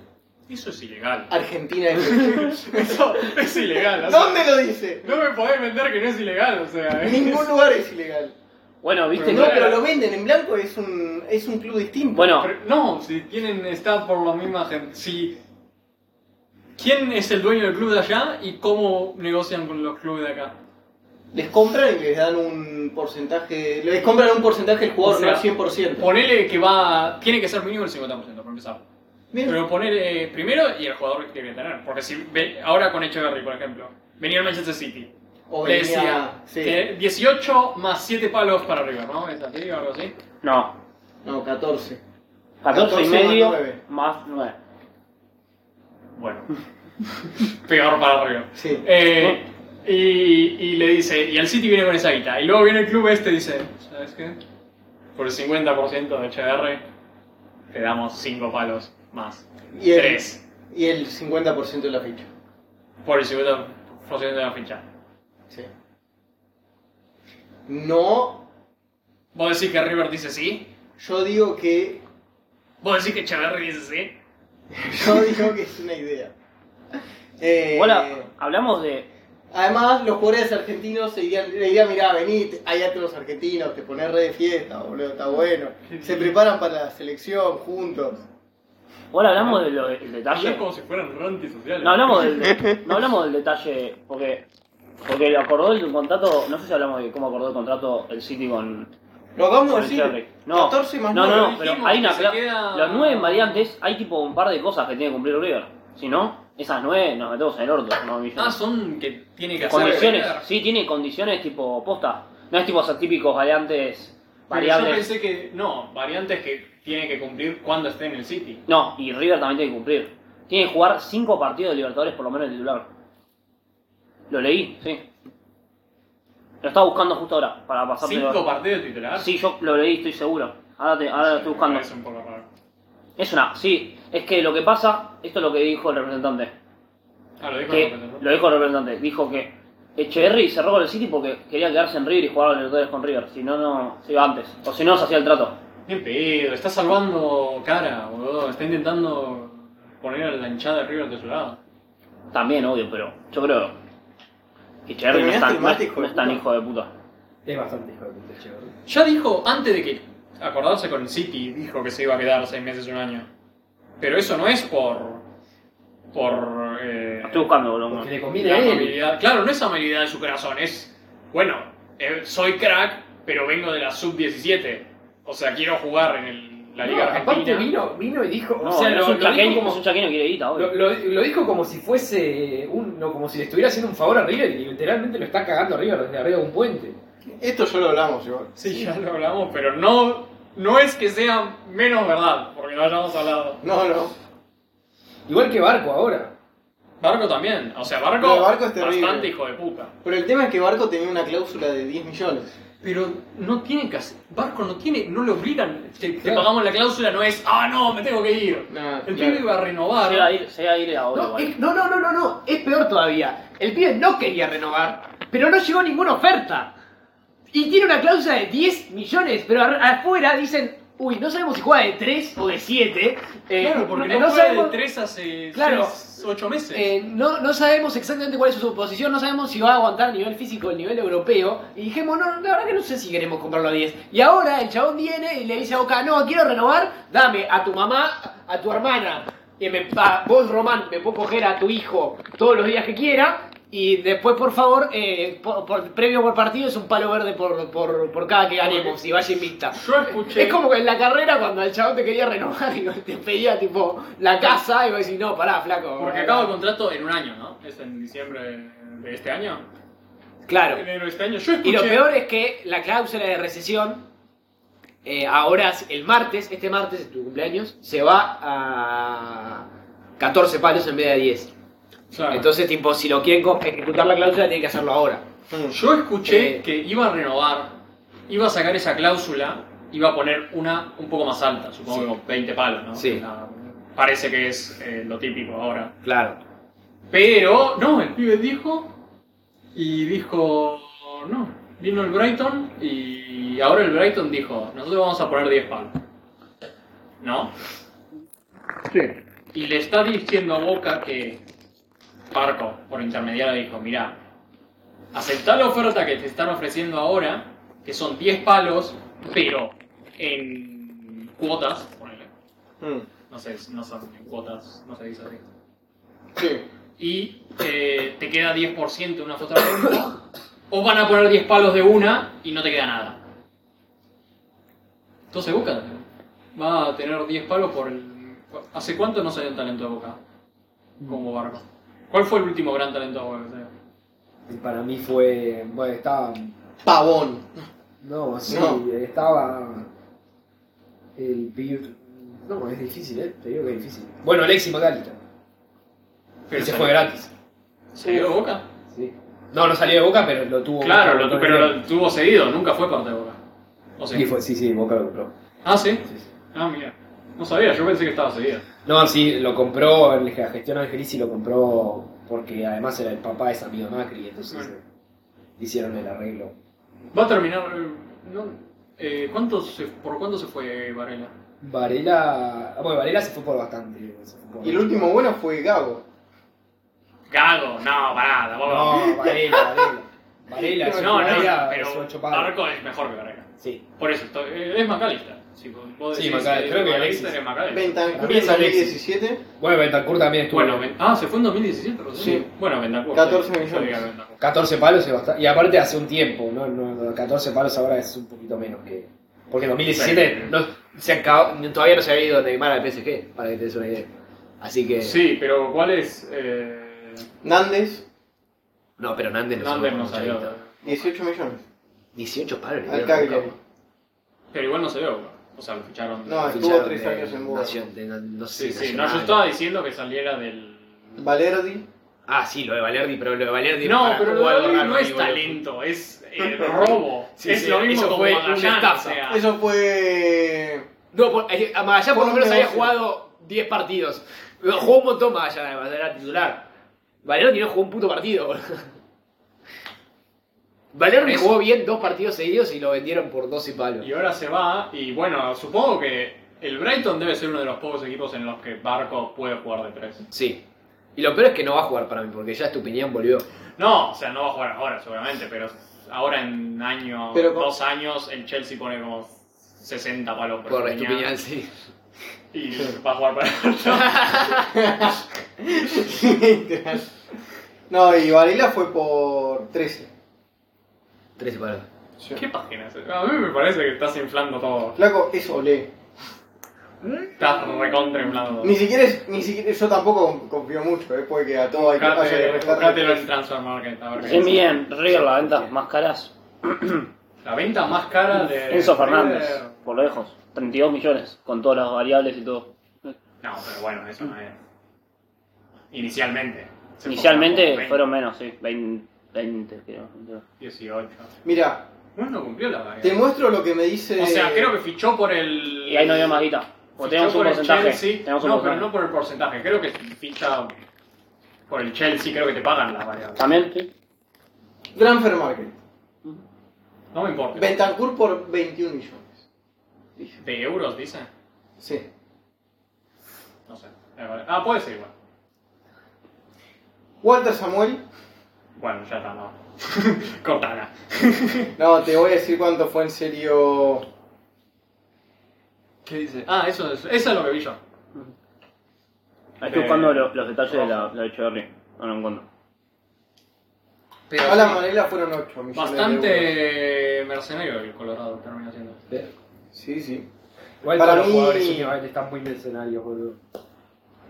S3: Eso es ilegal.
S2: Argentina FC.
S3: Eso es ilegal. o sea,
S2: ¿Dónde lo dice?
S3: No me podés vender que no es ilegal, o sea.
S2: En
S3: es-
S2: ningún lugar es ilegal.
S4: Bueno, viste
S2: No,
S4: que.
S2: pero lo venden en blanco, es un, es un club distinto.
S4: Bueno,
S3: Pero no, si tienen staff por la misma gente. Si. ¿Quién es el dueño del club de allá y cómo negocian con los clubes de acá?
S2: Les compran y les dan un porcentaje. Les compran un porcentaje del jugador,
S3: O sea,
S2: no al 100%.
S3: Ponele que va. Tiene que ser mínimo el 50% para empezar.
S2: Bien.
S3: Pero poner eh, primero y el jugador que tiene que tener. Porque si ve- ahora con Echeverry, por ejemplo, venía el Manchester City.
S2: O
S3: le
S2: venía-
S3: decía
S2: sí.
S3: que 18 más 7 palos para arriba, ¿no? ¿Es así o algo así?
S4: no.
S2: No, 14.
S4: 14 y
S2: 14 más
S4: medio
S2: nueve.
S4: más 9.
S3: Bueno. Peor para arriba.
S2: Sí.
S3: Eh, y, y le dice, y el City viene con esa guita. Y luego viene el club este y dice, ¿sabes qué? Por el 50% de Echeverry, te damos 5 palos más.
S2: Y el,
S3: 3.
S2: y el 50% de la ficha.
S3: Por el 50% de la ficha.
S2: Sí. No,
S3: ¿Vos decís que River dice sí?
S2: yo digo que.
S3: ¿Vos decís que Echeverry dice sí?
S2: Yo digo que es una idea. Eh,
S4: Bueno, hablamos de.
S2: Además, los jugadores argentinos se irían, le dirían, mirá, vení, allá te los argentinos, te pones re de fiesta, boludo, está bueno. Se preparan para la selección juntos.
S4: Bueno, hablamos de lo- del detalle.
S3: Es como si fueran rantes sociales.
S4: No hablamos del, de- no hablamos del detalle, porque. Porque acordó el contrato. No sé si hablamos de cómo acordó el contrato el City con.
S2: Lo acabamos de
S4: con
S2: decir,
S4: Echeverry. No,
S2: 14 más
S4: no, no,
S2: nueve.
S4: no,
S3: dijimos
S4: pero hay una.
S3: que se
S4: cla-
S3: queda-
S4: Los nueve variantes, hay tipo un par de cosas que tiene que cumplir River. Si no, esas nueve nos metemos en el orto. No, millones.
S3: Ah, son que tiene que hacer.
S4: condiciones,
S3: Pero
S4: sí, tiene condiciones tipo posta. No es tipo esos típicos variantes
S3: Yo
S4: variables.
S3: pensé que. No, variantes que tiene que cumplir cuando esté en el City.
S4: No, y River también tiene que cumplir. Tiene que jugar cinco partidos de Libertadores por lo menos el titular. Lo leí, sí. Lo estaba buscando justo ahora para pasarte.
S3: ¿Cinco partidos titular?
S4: Sí, yo lo leí, estoy seguro. Ahora, te- ahora lo estoy buscando.
S3: Es un poco raro.
S4: Es una. Sí, es que lo que pasa, esto es lo que dijo el representante.
S3: Ah, lo dijo
S4: que-
S3: el representante.
S4: lo dijo el representante. Dijo que Echeverry cerró con el City porque quería quedarse en River y jugar a los Libertadores con River. Si no, no. Se iba antes. O si no, se hacía el trato.
S3: Ni en pedo, está salvando cara, boludo. Está intentando poner a la hinchada de River de su lado.
S4: También, obvio, pero yo creo que Echeverry no
S2: Terminaste
S4: es tan,
S2: el
S4: no
S2: mate,
S4: es-
S2: hijo
S4: no
S2: de
S4: es tan
S2: puta.
S4: hijo de puta.
S5: Es bastante hijo de puta, chévere.
S3: Ya dijo, antes de que acordarse con el City, dijo que se iba a quedar seis meses, un año. Pero eso no es por. por. Eh,
S4: Lo estoy buscando, boludo.
S5: Porque le conviene
S3: la
S5: a él.
S3: amabilidad. Claro, no es amabilidad de su corazón, es. bueno, eh, soy crack, pero vengo de la sub-17. O sea, quiero jugar en el- la Liga
S5: No, aparte
S3: Argentina.
S5: vino, vino y dijo,
S4: No,
S5: o sea,
S4: no
S5: lo,
S4: es un
S5: lo dijo
S4: chaqueño,
S5: como
S4: es un chaqueño que quiere guita, obvio.
S5: Lo, lo- lo dijo como si fuese un, no, como si le estuviera haciendo un favor a River y literalmente lo está cagando a River desde arriba de un puente.
S2: Esto ya lo hablamos, yo.
S3: Sí, ya lo hablamos, pero no, no es que sea menos verdad, porque lo hayamos hablado.
S2: No, no.
S5: Igual que Barco ahora.
S3: Barco también, o sea, Barco,
S2: No, Barco es terrible.
S3: bastante hijo de puta.
S2: Pero el tema es que Barco tenía una cláusula de 10 millones.
S3: Pero no tiene que hacer, Barco no tiene, no le obligan, te, te
S5: Claro.
S3: pagamos la cláusula, no es, ah no, me tengo que ir.
S2: Nah,
S3: el
S2: claro.
S3: pibe iba a renovar.
S4: Se iba a ir, se iba a ir a Olivia.
S5: No, es- no, no, no, no, no, es peor todavía. El pibe no quería renovar, pero no llegó ninguna oferta. Y tiene una cláusula de 10 millones, pero ar- afuera dicen, uy, no sabemos si juega de 3 o de 7. eh,
S3: Claro, porque no, juega
S5: sabemos-
S3: de tres hace
S5: Claro.
S3: 8 meses.
S5: Eh, no, no sabemos exactamente cuál es su posición, no sabemos si va a aguantar el nivel físico, el nivel europeo. Y dijimos, no, la verdad que no sé si queremos comprarlo a 10. Y ahora el chabón viene y le dice a Boca, no, quiero renovar, dame a tu mamá, a tu hermana, y me, a vos Román, me puedo coger a tu hijo todos los días que quiera. Y después, por favor, eh, por- por- premio por partido es un palo verde por, por, por cada que ganemos y vaya invicta.
S3: Yo escuché-
S5: Es como que en la carrera cuando el chabón te quería renovar y te pedía tipo la casa y vos decís, no, pará, flaco.
S3: Porque acaba el contrato en un año, ¿no? Es en diciembre de este año. En
S5: Claro.
S3: enero de este año. Yo escuché.
S5: Y lo peor es que la cláusula de recesión, eh, ahora el martes, este martes es tu cumpleaños, se va a 14 palos en vez de 10.
S3: Claro.
S5: Entonces, tipo, si lo quieren co- ejecutar la cláusula, tienen que hacerlo ahora.
S2: Mm.
S3: Yo escuché
S5: Eh.
S3: que iba a renovar, iba a sacar esa cláusula, iba a poner una un poco más alta, supongo
S5: Sí.
S3: que con 20 palos, ¿no?
S5: Sí.
S3: La- parece que es eh, lo típico ahora.
S5: Claro.
S3: Pero, no, el pibe dijo, y dijo, no, vino el Brighton, y ahora el Brighton dijo, nosotros vamos a poner 10 palos. ¿No? Y le está diciendo a Boca que Parco, por intermediario, dijo, mirá, aceptá la oferta que te están ofreciendo ahora, que son 10 palos, pero en cuotas, ponele,
S2: Mm.
S3: no sé, no son en cuotas, no se dice así.
S2: Sí.
S3: Y eh, te queda 10% de una cuota de renta, o van a poner 10 palos de una y no te queda nada. Entonces Boca va a tener 10 palos por el... ¿Hace cuánto no salió el talento de Boca?
S5: Mm.
S3: Como barco. ¿Cuál fue el último gran talento de Boca que salió?
S5: Para mí fue. Bueno, estaba.
S2: Pavón.
S5: No, sí,
S2: No.
S5: estaba. El pibe. No, es difícil, ¿eh? Te digo que es difícil. Bueno, Alexis Magalita.
S3: Pero
S5: se
S3: salió-
S5: fue gratis.
S3: ¿Salió de Boca?
S5: Sí. No, no salió de Boca, pero lo tuvo.
S3: Claro, lo-
S5: tuvo-
S3: pero lo tuvo cedido, nunca fue parte de Boca. ¿O sí?
S5: Sí, fue- sí, sí, Boca lo compró.
S3: Ah, sí.
S5: Sí, sí.
S3: Ah, mira. No sabía, yo pensé que estaba cedido.
S5: No, sí, lo compró, en la gestión Angelisi lo compró porque además era el papá de ese amigo de Macri, entonces
S3: Bueno.
S5: eh, hicieron el arreglo.
S3: Va a terminar... eh, No, eh, ¿cuánto se- ¿Por cuánto se fue Varela?
S5: Varela. ah, Bueno, Varela se fue por bastante. se fue por-
S2: Y el último bueno fue Gago.
S3: Gago, no, pará, tampoco.
S5: No, Varela, Varela. Varela,
S2: No,
S5: es-
S3: no, no,
S5: Varela es
S3: pero
S5: ocho palos.
S3: Barco es mejor que Varela.
S5: Sí.
S3: Por eso, estoy- eh, es Macalista. Si vos vos
S5: Sí,
S3: decís eh,
S5: Macalista, creo que
S3: Macalista,
S5: Alexis.
S3: eres Macalista.
S2: Bentancur en
S5: También es Alexis.
S2: 2017.
S5: Bueno, Bentancur también estuvo.
S3: Bueno, Ben- ah, se fue en 2017, Rosario.
S2: Sí.
S3: Bueno, Bentancur.
S2: 14
S3: sí,
S2: millones.
S3: yo diría Bentancur.
S5: 14 palos es bastante. Y aparte hace un tiempo, ¿no? No, 14 palos ahora es un poquito menos que. Porque en 2017
S3: Sí.
S5: no, se acabó- todavía no se había ido Neymar al PSG, para que te des una idea. Así que.
S3: Sí, pero ¿cuál es? Eh,
S2: Nández,
S5: No, pero Nández no
S3: Nández no
S5: mucha
S3: salió.
S5: guita.
S2: 18 millones.
S5: 18 palos. le
S2: Al
S5: dieron a Boca.
S2: Cagliari.
S3: Pero igual no salió. Boca. O sea, lo ficharon.
S2: No,
S5: Lo
S2: Ah, estuvo
S5: ficharon
S2: tres
S5: de
S2: años en Boca.
S5: Nación- de na- no
S3: sí,
S5: sé,
S3: sí. No,
S5: Nacional.
S3: yo estaba diciendo que saliera del.
S2: Valerdi.
S5: Ah, sí, lo de Valerdi, pero lo de Valerdi.
S3: No,
S5: para-
S3: pero
S5: hubo
S3: lo de
S5: algo
S3: Valerdi
S5: raro
S3: no
S5: ahí,
S3: es
S5: boludo.
S3: talento, es eh, robo.
S5: Sí,
S3: es
S5: sí,
S3: lo mismo
S5: eso
S3: como
S5: fue
S3: Magallanes,
S5: una estafa.
S3: o sea,
S2: Eso fue.
S5: No, por, eh, a Magallanes por
S2: Por
S5: lo
S2: un
S5: menos había
S2: negocio.
S5: jugado 10 partidos. Lo Jugó un montón Magallanes, además, era titular. Valeroni no jugó un puto partido, boludo. Valeroni jugó bien dos partidos seguidos y lo vendieron por 12 palos.
S3: Y ahora se va, y bueno, supongo que el Brighton debe ser uno de los pocos equipos en los que Barco puede jugar de tres.
S5: Sí. Y lo peor es que no va a jugar para mí, porque ya Estupiñán volvió.
S3: No, o sea, no va a jugar ahora seguramente, pero ahora en año,
S2: Pero con-
S3: dos años, el Chelsea pone como 60 palos
S5: Por
S3: Peña
S5: Estupiñán, sí.
S3: Y va a jugar para
S2: Literal. no, y Varela fue por 13.
S5: 13 palos.
S3: ¿Qué página es esa? A mí me parece que estás inflando todo.
S2: Flaco, es olé.
S3: Estás recontra inflando
S2: Ni
S3: todo.
S2: siquiera, es- ni siquiera yo tampoco confío mucho, eh, porque a todo hay que hacer
S3: Buscate-
S2: el
S3: Buscátelo en Transfer Market, a ver qué
S4: Es
S3: es.
S4: bien, River la venta más caras.
S3: La venta más cara de.
S4: Enzo Fernández,
S3: Eh, River-
S4: por lo lejos. 32 millones, con todas las variables y todo.
S3: No, pero bueno, eso no es. Inicialmente. Se compró
S4: Inicialmente
S3: por
S4: fueron menos, sí. 20, 20 creo.
S3: 18.
S2: Mira,
S3: Bueno, cumplió la vaga.
S2: te muestro lo que me dice.
S3: O sea, creo que fichó por el.
S4: Y ahí no había más guita.
S3: Fichó
S4: O teníamos un
S3: por el
S4: porcentaje.
S3: Chelsea.
S4: teníamos un
S3: no, pero
S4: porcentaje.
S3: no por el porcentaje. Creo que ficha por el Chelsea, creo que te pagan las variables.
S4: También, sí.
S2: Transfer Market.
S3: No me importa.
S2: Bentancur por 21 millones.
S3: ¿De euros dice?
S2: Sí.
S3: No sé. Eh, vale. Ah, puede ser igual.
S2: Walter Samuel.
S3: Bueno, ya está, no. Cortana.
S2: No, te voy a decir cuánto fue en serio.
S3: ¿Qué dice? Ah, eso es, eso es lo que vi yo.
S4: Ahí Estoy
S3: Eh,
S4: buscando lo- los detalles de la, la de Echeverry. No lo encuentro.
S2: A la manera fueron 8 millones. de euros.
S3: Bastante mercenario el Colorado termina siendo.
S2: Sí, sí.
S6: Igual
S2: Para
S6: todos los
S2: mí-
S6: jugadores últimamente están muy mercenarios, boludo.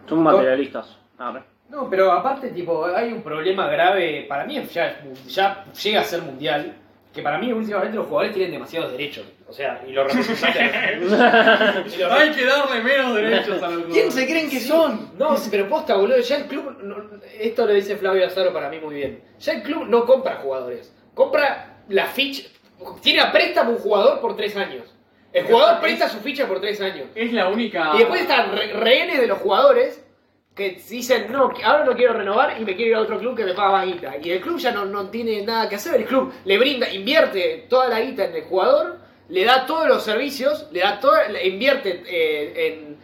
S4: Son materialistas. Ah, re.
S6: No, pero aparte, tipo, hay un problema grave. Para mí ya, es mu- ya llega a ser mundial. Que para mí últimamente los jugadores tienen demasiados derechos. O sea, y los representantes. y los
S3: Hay que darle menos derechos a los
S2: ¿Quién se creen que son?
S5: No, sí, pero posta, boludo. Ya el club. no- esto lo dice Flavio Azaro para mí muy bien. Ya el club no compra jugadores. Compra la ficha. Tiene a préstamo un jugador por tres años. El jugador presta su ficha por tres años.
S3: Es la única.
S5: Y después están re- rehenes de los jugadores que dicen, no, que ahora no quiero renovar y me quiero ir a otro club que me paga más guita. Y el club ya no, no tiene nada que hacer. El club le brinda, invierte toda la guita en el jugador, le da todos los servicios, le da toda, le invierte eh, en,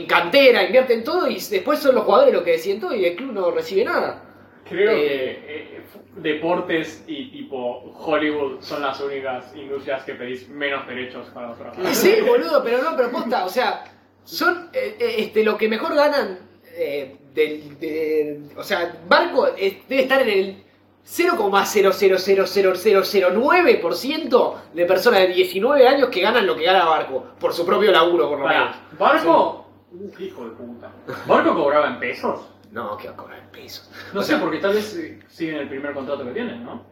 S5: en cantera, invierte en todo y después son los jugadores los que deciden todo y el club no recibe nada.
S3: Creo
S5: Eh,
S3: que eh, deportes y tipo Hollywood son las únicas industrias que pedís menos derechos para los trabajadores.
S5: Sí, boludo, pero no, pero posta, o sea, son eh, eh, este, lo que mejor ganan eh, del, de- o sea, Barco eh, debe estar en el 0,0000009% de personas de 19 años que ganan lo que gana Barco, por su propio laburo, por lo menos.
S3: Pará, Barco. Uh, hijo de puta. ¿Barco cobraba en pesos?
S5: No, que va a cobrar en pesos.
S3: No sé, porque tal vez eh, siguen el primer contrato que tienen, ¿no?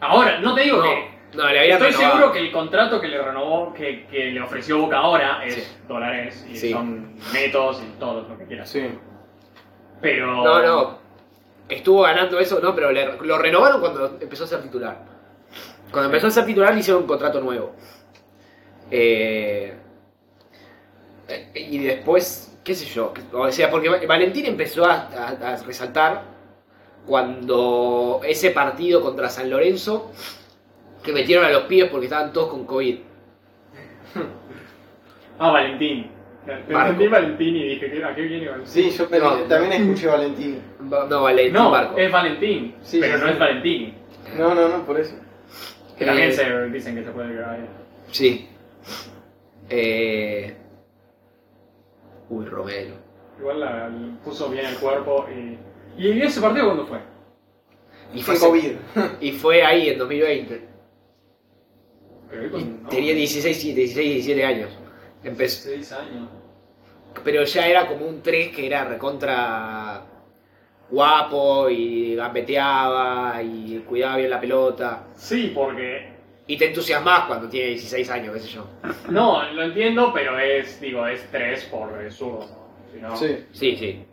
S3: Ahora, no te digo que.
S5: no, le habían
S3: Estoy
S5: renovado.
S3: seguro que el contrato que le renovó, que, que le ofreció Boca ahora, es
S5: Sí.
S3: dólares y
S5: Sí.
S3: son netos y todo lo que quieras.
S2: Sí.
S3: Pero.
S5: No, no, estuvo ganando eso, no, pero le- lo renovaron cuando empezó a ser titular. Cuando empezó a ser titular le hicieron un contrato nuevo. Eh, eh, y después, qué sé yo, o sea, porque Va- Valentín empezó a, a- a resaltar cuando ese partido contra San Lorenzo, que metieron a los pibes porque estaban todos con COVID.
S3: Ah, Valentín.
S5: Barco.
S3: Entendí Valentín y dije, ¿qué- ¿a qué viene Valentín?
S2: Sí, yo también,
S5: No.
S2: también escuché Valentini.
S5: Va- No, Valentín
S3: No, eh,
S5: Barco.
S3: es Valentín,
S2: Sí,
S3: pero
S2: sí,
S3: no
S2: sí.
S3: es Valentín.
S2: No, no, no, por eso.
S3: Que también
S5: Eh,
S3: se dicen que se puede llegar ahí.
S5: Sí. Eh... Uy, Romero.
S3: Igual la- la- puso bien el cuerpo y... ¿Y ese partido cuándo fue?
S5: Y
S2: fue
S5: fue,
S2: COVID.
S5: y fue ahí en 2020.
S3: Pero hoy
S5: Y
S3: con- no,
S5: tenía 16, 16, 17 años. Empezó.
S3: 16 años.
S5: Pero ya era como un 3 que era recontra guapo y gambeteaba y cuidaba bien la pelota.
S3: Sí, porque...
S5: Y te entusiasmas cuando tienes 16 años, qué sé yo.
S3: No, lo entiendo, pero es, digo, es 3 por el zurdo. ¿no? Si no,
S2: Sí.
S5: Sí, sí.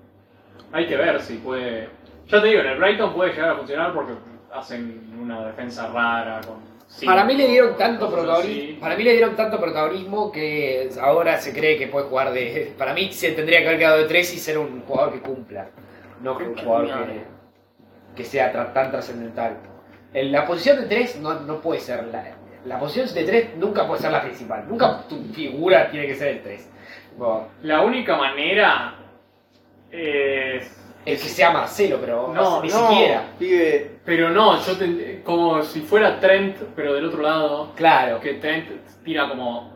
S3: Hay que ver si puede... Yo te digo, en el Brighton puede llegar a funcionar porque hacen una defensa rara con cinco,
S5: para mí le dieron tanto
S3: cosas
S5: protagonismo,
S3: así.
S5: para mí le dieron tanto protagonismo que ahora se cree que puede jugar de para mí se tendría que haber quedado de tres y ser un jugador que cumpla, no que un jugador que, que sea tra- tan trascendental. En la posición de tres no, no puede ser la, la posición de tres nunca puede ser la principal, nunca tu figura tiene que ser el tres. Tipo,
S3: La única manera es...
S5: el que sea Marcelo, pero
S3: No,
S5: ni siquiera.
S2: Pibe,
S3: Pero no, yo te- como si fuera Trent, pero del otro lado,
S5: Claro,
S3: que Trent tira como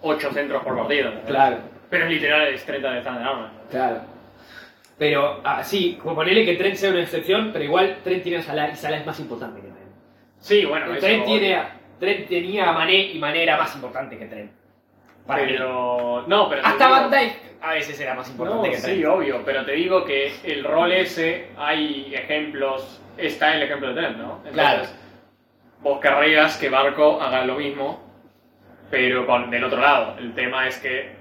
S3: 8 centros por partido. ¿no?
S5: claro.
S3: Pero es literal es 30 de Standard Arnold.
S5: Claro. Pero así, como ponele que Trent sea una excepción, pero igual Trent tiene a Salah y Salah es más importante que Trent.
S3: Sí, bueno, eso-
S5: Trent, tiene a- Trent tenía a Mané y Mané era más importante que Trent. Para mí.
S3: Pero... No, pero... te
S5: Hasta
S3: digo-
S5: Van Dijk a veces era más importante
S3: No,
S5: que Trent.
S3: sí, obvio, pero te digo que el rol ese, hay ejemplos, está el ejemplo de Trent, ¿no? Entonces,
S5: Claro.
S3: Vos querrías que Barco haga lo mismo, pero con, del otro lado. El tema es que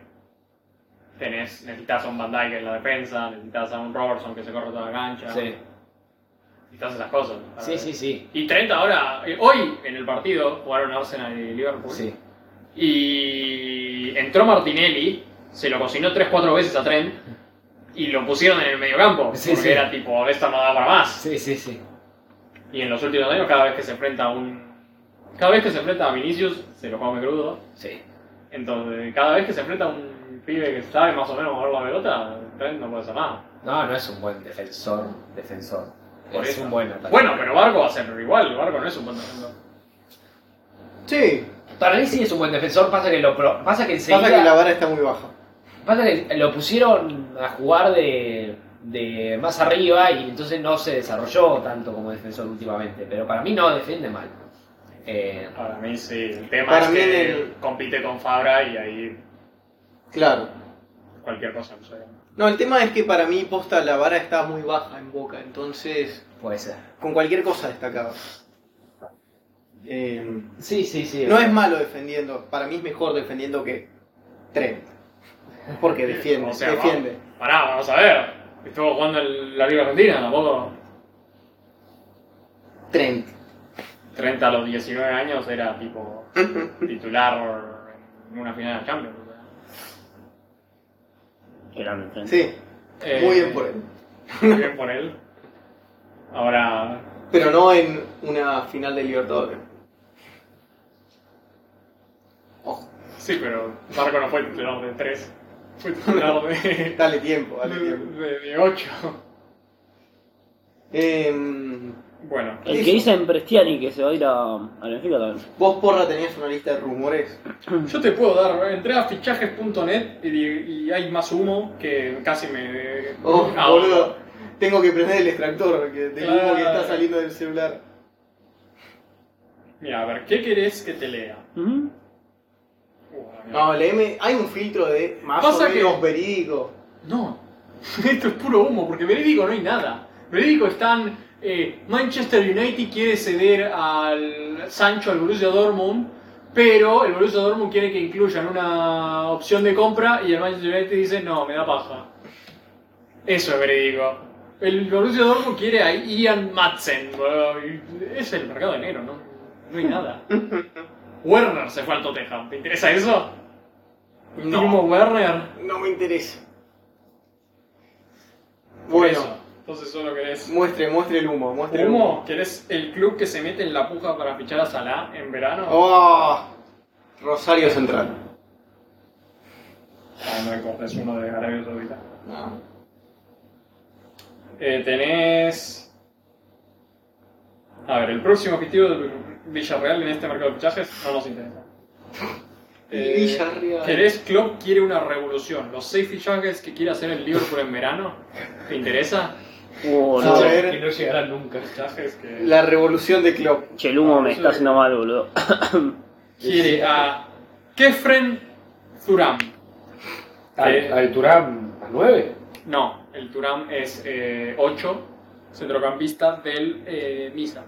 S3: tenés, necesitas a un Van Dijk en la defensa, necesitas a un Robertson que se corre toda la cancha,
S5: Sí.
S3: necesitas esas cosas.
S5: sí, sí, sí.
S3: Y Trent ahora, eh, hoy en el partido, jugaron Arsenal y Liverpool.
S5: Sí.
S3: Y entró Martinelli, se lo cocinó 3-4 veces a Trent y lo pusieron en el mediocampo.
S5: Sí,
S3: porque
S5: sí.
S3: era tipo, esta no da para más.
S5: Sí, sí, sí.
S3: Y en los últimos años, cada vez que se enfrenta a un. Cada vez que se enfrenta a Vinicius, se lo come crudo.
S5: Sí.
S3: Entonces, cada vez que se enfrenta a un pibe que sabe más o menos mover la pelota, Trent no puede hacer nada.
S5: No, no es un buen defensor. Defensor.
S3: Por
S5: es
S3: eso.
S5: un buen atacante.
S3: Bueno, pero Barco va a ser igual, Barco no es un buen defensor.
S2: sí.
S5: Para mí sí es un buen defensor, pasa que lo pro- pasa que enseguida...
S2: Pasa que la vara está muy baja.
S5: Pasa que lo pusieron a jugar de, de más arriba y entonces no se desarrolló tanto como defensor últimamente. Pero para mí no defiende mal. Eh,
S3: Para mí sí, el tema
S2: Para
S3: es
S2: mí
S3: que
S2: el-
S3: compite con Fabra y ahí
S2: Claro.
S3: cualquier cosa que suceda.
S2: No, el tema es que para mí, posta, la vara está muy baja en boca. Entonces,
S5: puede ser.
S2: con cualquier cosa destacaba. Eh,
S5: Sí, sí, sí.
S2: no es malo defendiendo. Para mí es mejor defendiendo que Trent. Porque defiende,
S3: O sea,
S2: defiende.
S3: Vamos, pará, vamos a ver. Estuvo jugando en la Liga Argentina, tampoco.
S2: Trent.
S3: 30 a los 19 años era tipo titular en una final de Champions. o sea.
S4: Qué grande, Trent.
S2: Sí,
S3: Eh,
S2: muy bien por él.
S3: Muy bien por él. Ahora.
S2: Pero no en una final de Libertadores. Ojo,
S3: Sí, pero Marco no fue titular de 3. Fue titular de.
S2: dale tiempo,
S3: Mm.
S2: dale tiempo.
S3: de, de 8.
S2: Em,
S3: Bueno.
S4: El que dicen Prestiani que se va a ir a, a Benfica también.
S2: Vos, porra, tenías una lista de rumores.
S3: Yo te puedo dar, eh, entré a fichajes.net y, y hay más humo que casi me.
S2: Oh,
S3: Ah,
S2: boludo. Tengo que prender el extractor que- del humo que
S3: Claro.
S2: está saliendo del celular.
S3: Mira, a ver, ¿qué querés que te lea?
S4: Ujú.
S3: Uh, la mierda.
S2: No, leeme. Hay un filtro de más
S3: Pasa
S2: o menos
S3: que-
S2: verídico.
S3: No, esto es puro humo, porque verídico no hay nada. Verídico están. eh, Manchester United quiere ceder al Sancho al Borussia Dortmund, pero el Borussia Dortmund quiere que incluyan una opción de compra y el Manchester United dice: No, me da paja. Eso es verídico. El Borussia Dortmund quiere a Ian Madsen. boludo, y Es el mercado de enero, ¿no? No hay nada. Werner se fue al Tottenham. ¿Te interesa eso?
S2: No.
S3: Timo Werner.
S2: No me interesa.
S3: Por
S2: Bueno, Uh.
S3: eso. Entonces solo querés.
S2: muestre, muestre el humo, muestre el humo.
S3: ¿Humo? ¿Querés el club que se mete en la puja para fichar a Salah en verano?
S2: Oh, Rosario Central.
S3: Ah, no me cortes uno de Arabia Saudita.
S2: No.
S3: Eh, tenés. A ver, el próximo objetivo de Villarreal en este mercado de fichajes no nos interesa. Eh,
S2: Villarreal.
S3: ¿Querés Klopp quiere una revolución? ¿Los seis fichajes que quiere hacer el Liverpool en verano? ¿Te interesa?
S4: Uh,
S2: A
S4: no.
S2: ver.
S5: Que no llegará nunca.
S3: Fichajes que.
S2: La revolución de Klopp.
S4: Che, el humo me está haciendo mal, boludo.
S3: Quiere a Kefren Thuram. Eh,
S5: Turam a 9?
S3: No, el Turam es 8, centrocampista del eh, Misa.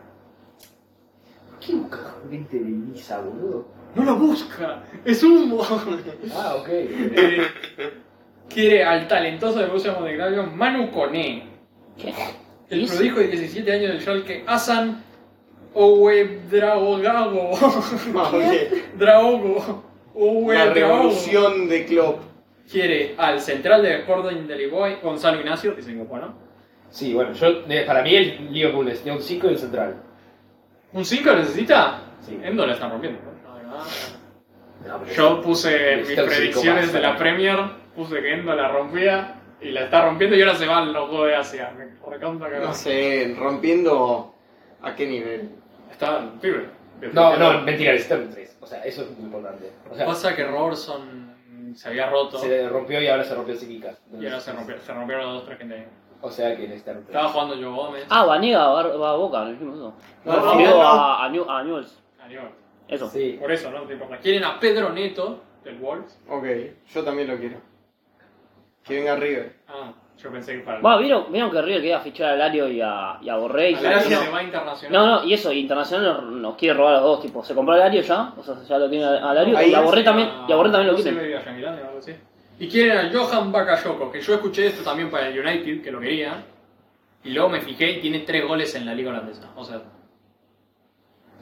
S5: ¿Por qué busca gente de Ibiza, boludo?
S3: ¡No lo busca! ¡Es humo!
S5: Ah, ok.
S3: Eh, quiere al talentoso de Borussia Montegravio Manu Coné.
S4: ¿Qué?
S3: El
S4: ¿Eso?
S3: prodijo de 17 años del Schalke Hassan Owe Dragogago.
S2: Más bien,
S3: Draogo. Owe
S2: La
S3: Draogo.
S2: revolución de Klopp.
S3: Quiere al central de Sporting de Lisboa, Gonzalo Ignacio, dicen que bueno.
S5: Sí, bueno, yo, eh, para mí el Liverpool es un 5 y el central.
S3: ¿Un 5 necesita?
S5: Sí.
S3: Endo la está rompiendo. ¿no?
S5: No, pero-
S3: Yo puse en mis
S5: Necesita un cinco
S3: predicciones
S5: más,
S3: de la
S5: ¿no?
S3: Premier, puse que Endo la rompía y la está rompiendo y ahora se van los dos de Asia. Me recontra que
S2: No sé, rompiendo a qué nivel.
S3: Está el pibe.
S5: No, no, mentira, necesitan un 3. O sea, eso es muy importante. O sea,
S3: Pasa que Robertson se había roto
S5: se le rompió y ahora se rompió Psíquica.
S3: y ahora se, rompió, se rompieron los dos, tres gente. ahí.
S5: O sea que necesitan un 3.
S3: Estaba jugando Joe Gómez.
S4: Ah, Vanega va, va a Boca, lo dijimos eso.
S2: No, no,
S4: Recibió
S2: no.
S4: A, a, New- a Newell's.
S3: Aníbal.
S4: Eso.
S5: Sí.
S3: Ah, Por eso, no te importa. Quieren a Pedro Neto del Wolves.
S2: Ok, yo también lo quiero. Que venga River.
S3: Ah, yo pensé que para.
S4: Va, ¿vieron, vieron que River quería fichar a Lario y a, y a Borré. y
S3: a
S4: que
S3: la
S2: Alario
S4: no-
S3: se va internacional.
S4: No, no, y eso, Internacional nos, nos quiere robar a los dos, tipo, se compró a Lario ya, o sea, ya lo tiene a a Lario,
S2: Ahí
S4: y a Borré
S3: Sería-
S4: también, y a Borré también lo
S3: Ah, no sé,
S4: quiere.
S3: medio Yanguilán o algo así. Y quieren a Johan Bakayoko, que yo escuché esto también para el United, que lo quería. Y luego me fijé y tiene tres goles en la Liga Holandesa. O sea.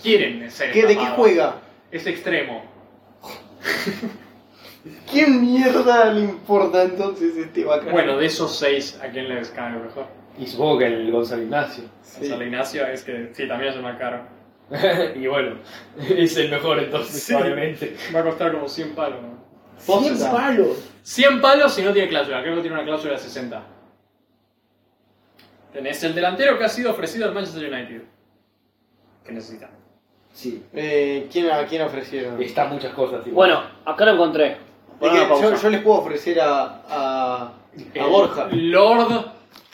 S3: Quieren ser.
S2: ¿Qué, ¿De qué
S3: estafados.
S2: juega?
S3: Es extremo.
S2: ¿Qué mierda le importa entonces este bacán?
S3: Bueno, de esos seis, ¿a quién les cae mejor?
S5: Y supongo que el Gonzalo Ignacio.
S3: O
S2: Sí.
S3: sea, el Ignacio es que sí, también es el más caro.
S5: y bueno, es el mejor entonces,
S3: Sí.
S5: probablemente.
S3: Va a costar como 100 palos. ¿no?
S2: Posta.
S3: 100 palos si no tiene cláusula, creo que tiene una cláusula de 60. Tenés el delantero que ha sido ofrecido al Manchester United. Que necesita.
S5: Sí.
S2: Eh, ¿quién, ¿A quién ofrecieron? De
S5: Están muchas cosas. igual.
S4: Bueno, acá lo encontré. Pon
S2: que Eh,
S4: una pausa.
S2: yo, yo les puedo ofrecer a, a, a Borja.
S3: Lord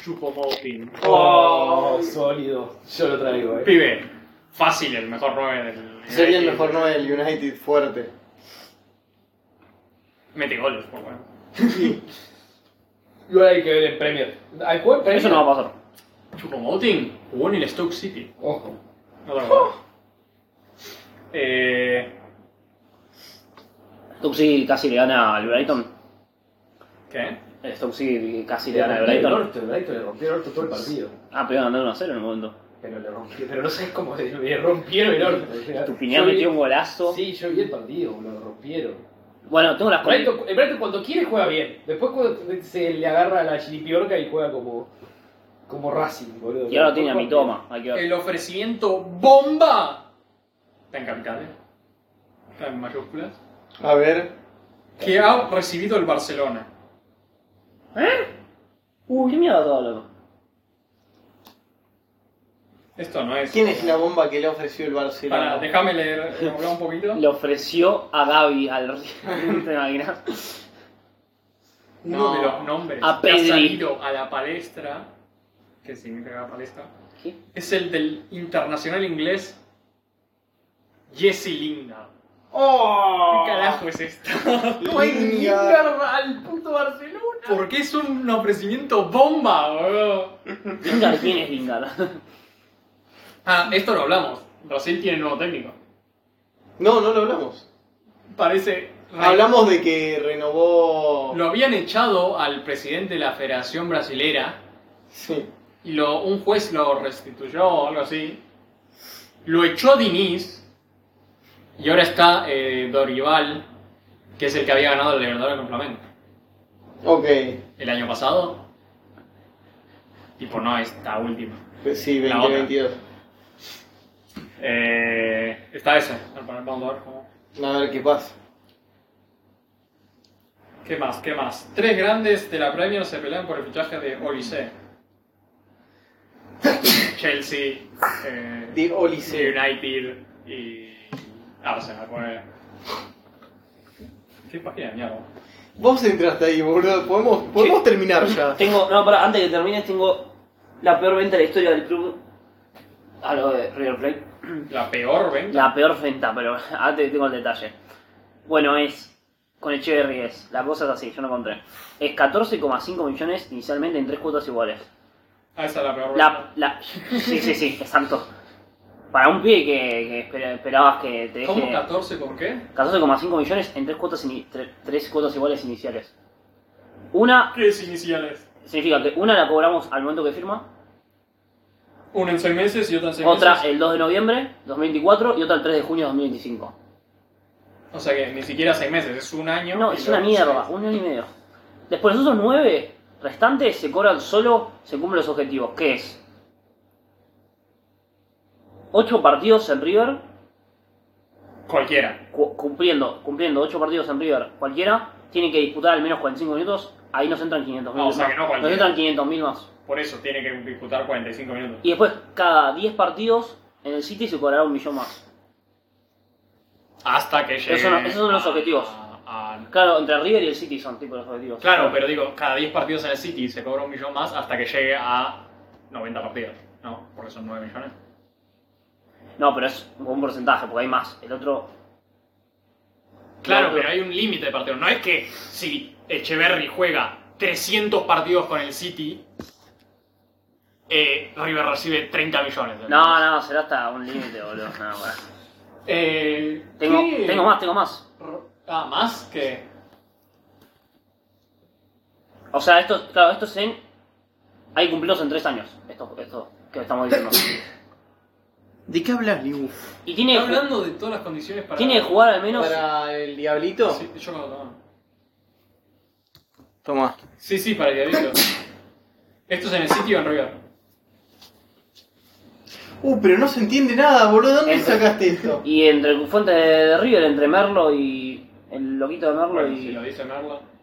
S3: Chupomotin.
S5: Oh, sólido. Yo lo traigo, eh.
S3: Pibe, fácil, el mejor 9 del. United.
S2: Sería el mejor 9 del United fuerte.
S3: Mete goles, por bueno.
S5: Igual hay que ver en Premier. ¿Hay juego en Premier?
S4: Eso no va a pasar.
S3: Chupomotin jugó en el Stoke City.
S5: Ojo.
S3: No te acuerdas. Eh.
S4: Stoke City casi le gana al Brighton.
S3: ¿Qué?
S4: Stoke City casi le gana al Brighton.
S5: orto, el Brighton le rompió el orto todo el partido.
S4: Ah, pero iban ganando 1 a 0 en el momento.
S5: Pero le rompieron, pero no sabes cómo le, le rompieron el orto. o sea,
S4: Tupiñán
S5: yo vi-
S4: metió un golazo.
S5: Sí, yo vi el partido, boludo, lo rompieron.
S4: Bueno, tengo las
S5: El Brighton, el Brighton cuando quiere juega bien. Después cuando se le agarra la chiripiorca y juega como, como Racing, boludo.
S4: Y ahora tiene a
S5: Después
S4: mi toma, hay que ver.
S3: El ofrecimiento bomba. Está en capital, ¿eh? Está en mayúsculas.
S2: A ver,
S3: que ha recibido el Barcelona.
S4: Uy, qué mierda todo, loco.
S3: Esto no es.
S2: ¿quién es la bomba que le ofreció el Barcelona?
S3: Para, déjame leer hablar un poquito.
S4: Le ofreció a Gaby al ¿Te imaginas?
S3: Uno
S2: No.
S3: de los nombres
S4: A
S3: que ha
S4: Pedri.
S3: salido a la palestra, que significa palestra,
S4: ¿Qué?
S3: es el del internacional inglés Jesse Lingard.
S2: ¡Oh!
S3: ¿Qué carajo es esto?
S2: Lingard.
S3: al puto Barcelona! Porque es un ofrecimiento bomba, boludo.
S4: Lingard, ¿quién es Lingard?
S3: Ah, esto lo hablamos. Brasil tiene nuevo técnico.
S2: No, no lo hablamos.
S3: Parece.
S2: Hablamos de que renovó.
S3: Lo habían echado al presidente de la Federación Brasilera
S2: Sí.
S3: y lo, un juez lo restituyó o algo así. Lo echó Diniz y ahora está eh, Dorival, que es el que había ganado el Libertadores con Flamengo
S2: Ok.
S3: el año pasado. Tipo, no, esta última.
S2: pues Sí,
S3: La otra.
S2: 2022.
S3: Eh, está esa. Vamos a ver cómo-
S2: A ver qué pasa.
S3: ¿Qué más? ¿Qué más? Tres grandes de la Premier se pelean por el fichaje de Olise. Chelsea, eh,
S2: De Olise.
S3: United y Arsenal. ponele. ¿Qué página de mierda?
S2: Vos entraste ahí, boludo. Podemos, podemos terminar ya.
S4: Tengo, no, para, antes que termines, tengo la peor venta de la historia del club. A lo de River Plate.
S3: La peor venta.
S4: La peor venta, pero antes tengo el detalle. Bueno, es. Con Echeverry es. La cosa es así, yo no encontré. Es 14,5 millones inicialmente en tres cuotas iguales.
S3: Ah, esa es la peor
S4: La,
S3: venta.
S4: la, sí, sí, sí, exacto. Para un pibe que, que espera- esperabas que te deje.
S3: ¿Cómo 14 con qué?
S4: 14,5 millones en tres cuotas, ini- tre- tres cuotas iguales iniciales. Una
S3: ¿Qué es iniciales?
S4: significa que una la cobramos al momento que firma,
S3: Una en seis meses y otra en seis
S4: Otra
S3: meses.
S4: el 2 de noviembre 2024 y otra el 3 de junio de 2025.
S3: O sea que ni siquiera seis meses, es un año.
S4: No,
S3: y
S4: es
S3: luego
S4: una mierda,
S3: seis.
S4: un año y medio. Después los otros nueve restantes se cobran solo, se cumplen los objetivos. ¿Qué es? Ocho partidos en River,
S3: Cualquiera.
S4: cu- cumpliendo, cumpliendo ocho partidos en River cualquiera, tiene que disputar al menos 45 minutos, ahí nos entran 500 mil
S3: No, o sea que no
S4: Nos
S3: cualquiera.
S4: entran 500 mil más.
S3: Por eso tiene que disputar 45 minutos.
S4: Y después cada 10 partidos en el City se cobrará un millón más.
S3: Hasta que llegue.
S4: Eso no- esos son los
S3: a-
S4: objetivos.
S3: a- a-
S4: Claro, entre River y el City son tipo los objetivos.
S3: Claro, pero digo, cada 10 partidos en el City se cobra un millón más hasta que llegue a 90 partidos. No, porque son 9 millones.
S4: No, pero es un buen porcentaje, porque hay más. El otro.
S3: Claro,
S4: el otro-
S3: pero hay un límite de partidos. No es que si Echeverry juega 300 partidos con el City, eh, River recibe 30 millones.
S4: No, no, será hasta un límite, boludo. No, bueno.
S3: Eh,
S4: tengo,
S3: ¿qué?
S4: tengo más, tengo más.
S3: Ah, ¿más? que
S4: O sea, esto, claro, esto es en. Hay que cumplirlos en tres años. Esto, esto que estamos diciendo.
S2: ¿De qué hablas, Liu?
S4: Y tiene,
S3: Está
S4: que ju-
S3: hablando de todas las condiciones para...
S4: tiene que jugar al menos.
S2: ¿Para el diablito?
S3: Sí, yo no, no.
S2: Toma.
S3: Sí, sí, para el diablito. ¿Esto es en el City o en River?
S2: Uh, pero no se entiende nada, boludo. ¿Dónde
S4: Entra.
S2: sacaste esto?
S4: Y entre el fuente de River, entre Merlo y. El loquito de Merlo
S3: Bueno,
S4: y.
S3: si lo dice Merlo.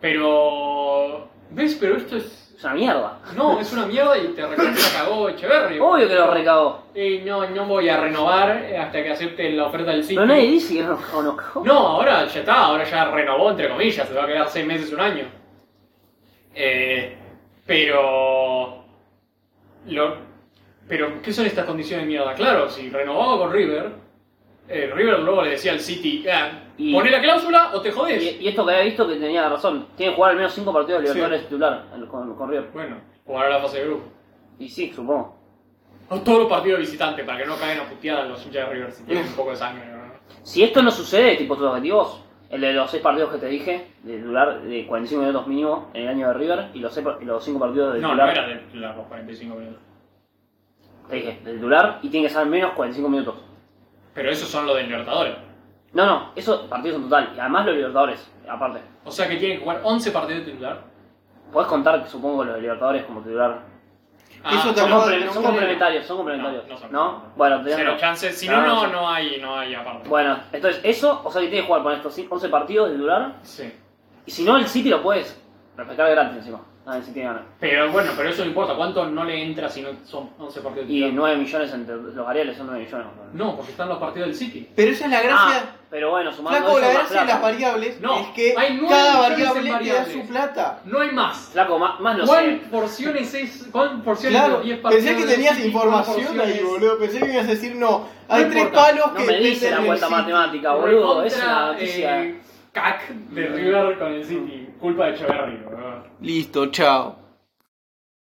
S3: Pero... ¿Ves? Pero esto es...
S4: Es una mierda.
S3: No, es una mierda y te recontra cagó Echeverry.
S4: Obvio que lo recagó.
S3: Y no, no voy a renovar hasta que acepte la oferta del City.
S4: Pero nadie dice que no o no cagó.
S3: No, ahora ya está, ahora ya renovó entre comillas, se va a quedar seis meses, un año. Eh, pero. Lo, pero, ¿qué son estas condiciones de mierda? Claro, si renovaba con River, eh, River luego le decía al City, ah,
S4: Y-
S3: poné la cláusula o te
S4: Y,
S3: jodés.
S4: y esto que había visto que tenía razón. Tiene que jugar al menos cinco partidos de Libertadores titular en- con, con River.
S3: Bueno, jugar a la fase de grupo.
S4: Y sí, supongo.
S3: O todos los partidos de visitante para que no caigan a putear a los hinchas de River si tienen un poco de sangre. ¿no?
S4: Si esto no sucede, tipo tus objetivos, el de los seis partidos que te dije, de titular de 45 minutos mínimo en el año de River, y los, seis, par- y los cinco partidos de
S3: No, no era
S4: titular,
S3: de los 45 minutos.
S4: te dije, de titular, y tiene que ser al menos 45 minutos.
S3: Pero esos son los de Libertadores.
S4: No, no, esos partidos en total, y además los Libertadores, aparte.
S3: O sea que tienen que jugar 11 partidos de titular.
S4: Podés contar, supongo, los de Libertadores como titular.
S3: Ah,
S2: Eso te
S4: Son,
S2: No,
S4: complemen-
S2: no,
S4: son
S2: no.
S4: complementarios, son complementarios.
S3: No, no
S4: ¿No?
S3: son.
S4: Bueno, tenés
S3: Cero
S4: razón.
S3: chances, si
S4: No,
S3: no, no,
S4: no.
S3: no hay, no hay aparte.
S4: Bueno, entonces eso, o sea que tiene que jugar con estos cin- 11 partidos de titular,
S3: Sí.
S4: Y si no, el City lo puedes refrescar gratis encima. Ah, A ver si tiene ganas.
S3: Pero bueno, pero eso no importa, ¿cuánto no le entra si no son 11 partidos de
S4: Y
S3: titular?
S4: 9 millones entre los variables son 9 millones. boludo.
S3: No, porque están los partidos del City.
S2: Pero esa es la
S4: Ah,
S2: gracia.
S4: pero bueno, sumando
S2: Flaco,
S4: eso
S2: la
S4: más
S2: gracia de las
S4: plata.
S2: variables
S3: No,
S2: es que
S3: hay nueve
S2: cada
S3: millones en
S2: variable te da
S3: variables.
S2: su plata.
S3: No hay más.
S4: Flaco, más, más lo
S3: ¿Cuál
S4: sé.
S3: porciones es? ¿Cuál porciones
S2: Claro,
S3: de 10 partidos?
S2: pensé que
S3: del
S2: tenías
S3: City?
S2: información
S3: ¿Cuál
S2: ahí,
S3: porciones?
S2: boludo. Pensé que me ibas a decir no. Hay tres
S3: importa,
S2: palos que
S4: No me dice
S2: dependen
S4: la
S2: del
S4: vuelta
S2: City.
S4: matemática, boludo. Es una
S3: Recontra,
S4: noticia.
S3: eh, cac de River con el City. Culpa de Echeverry, boludo.
S2: Listo, chao.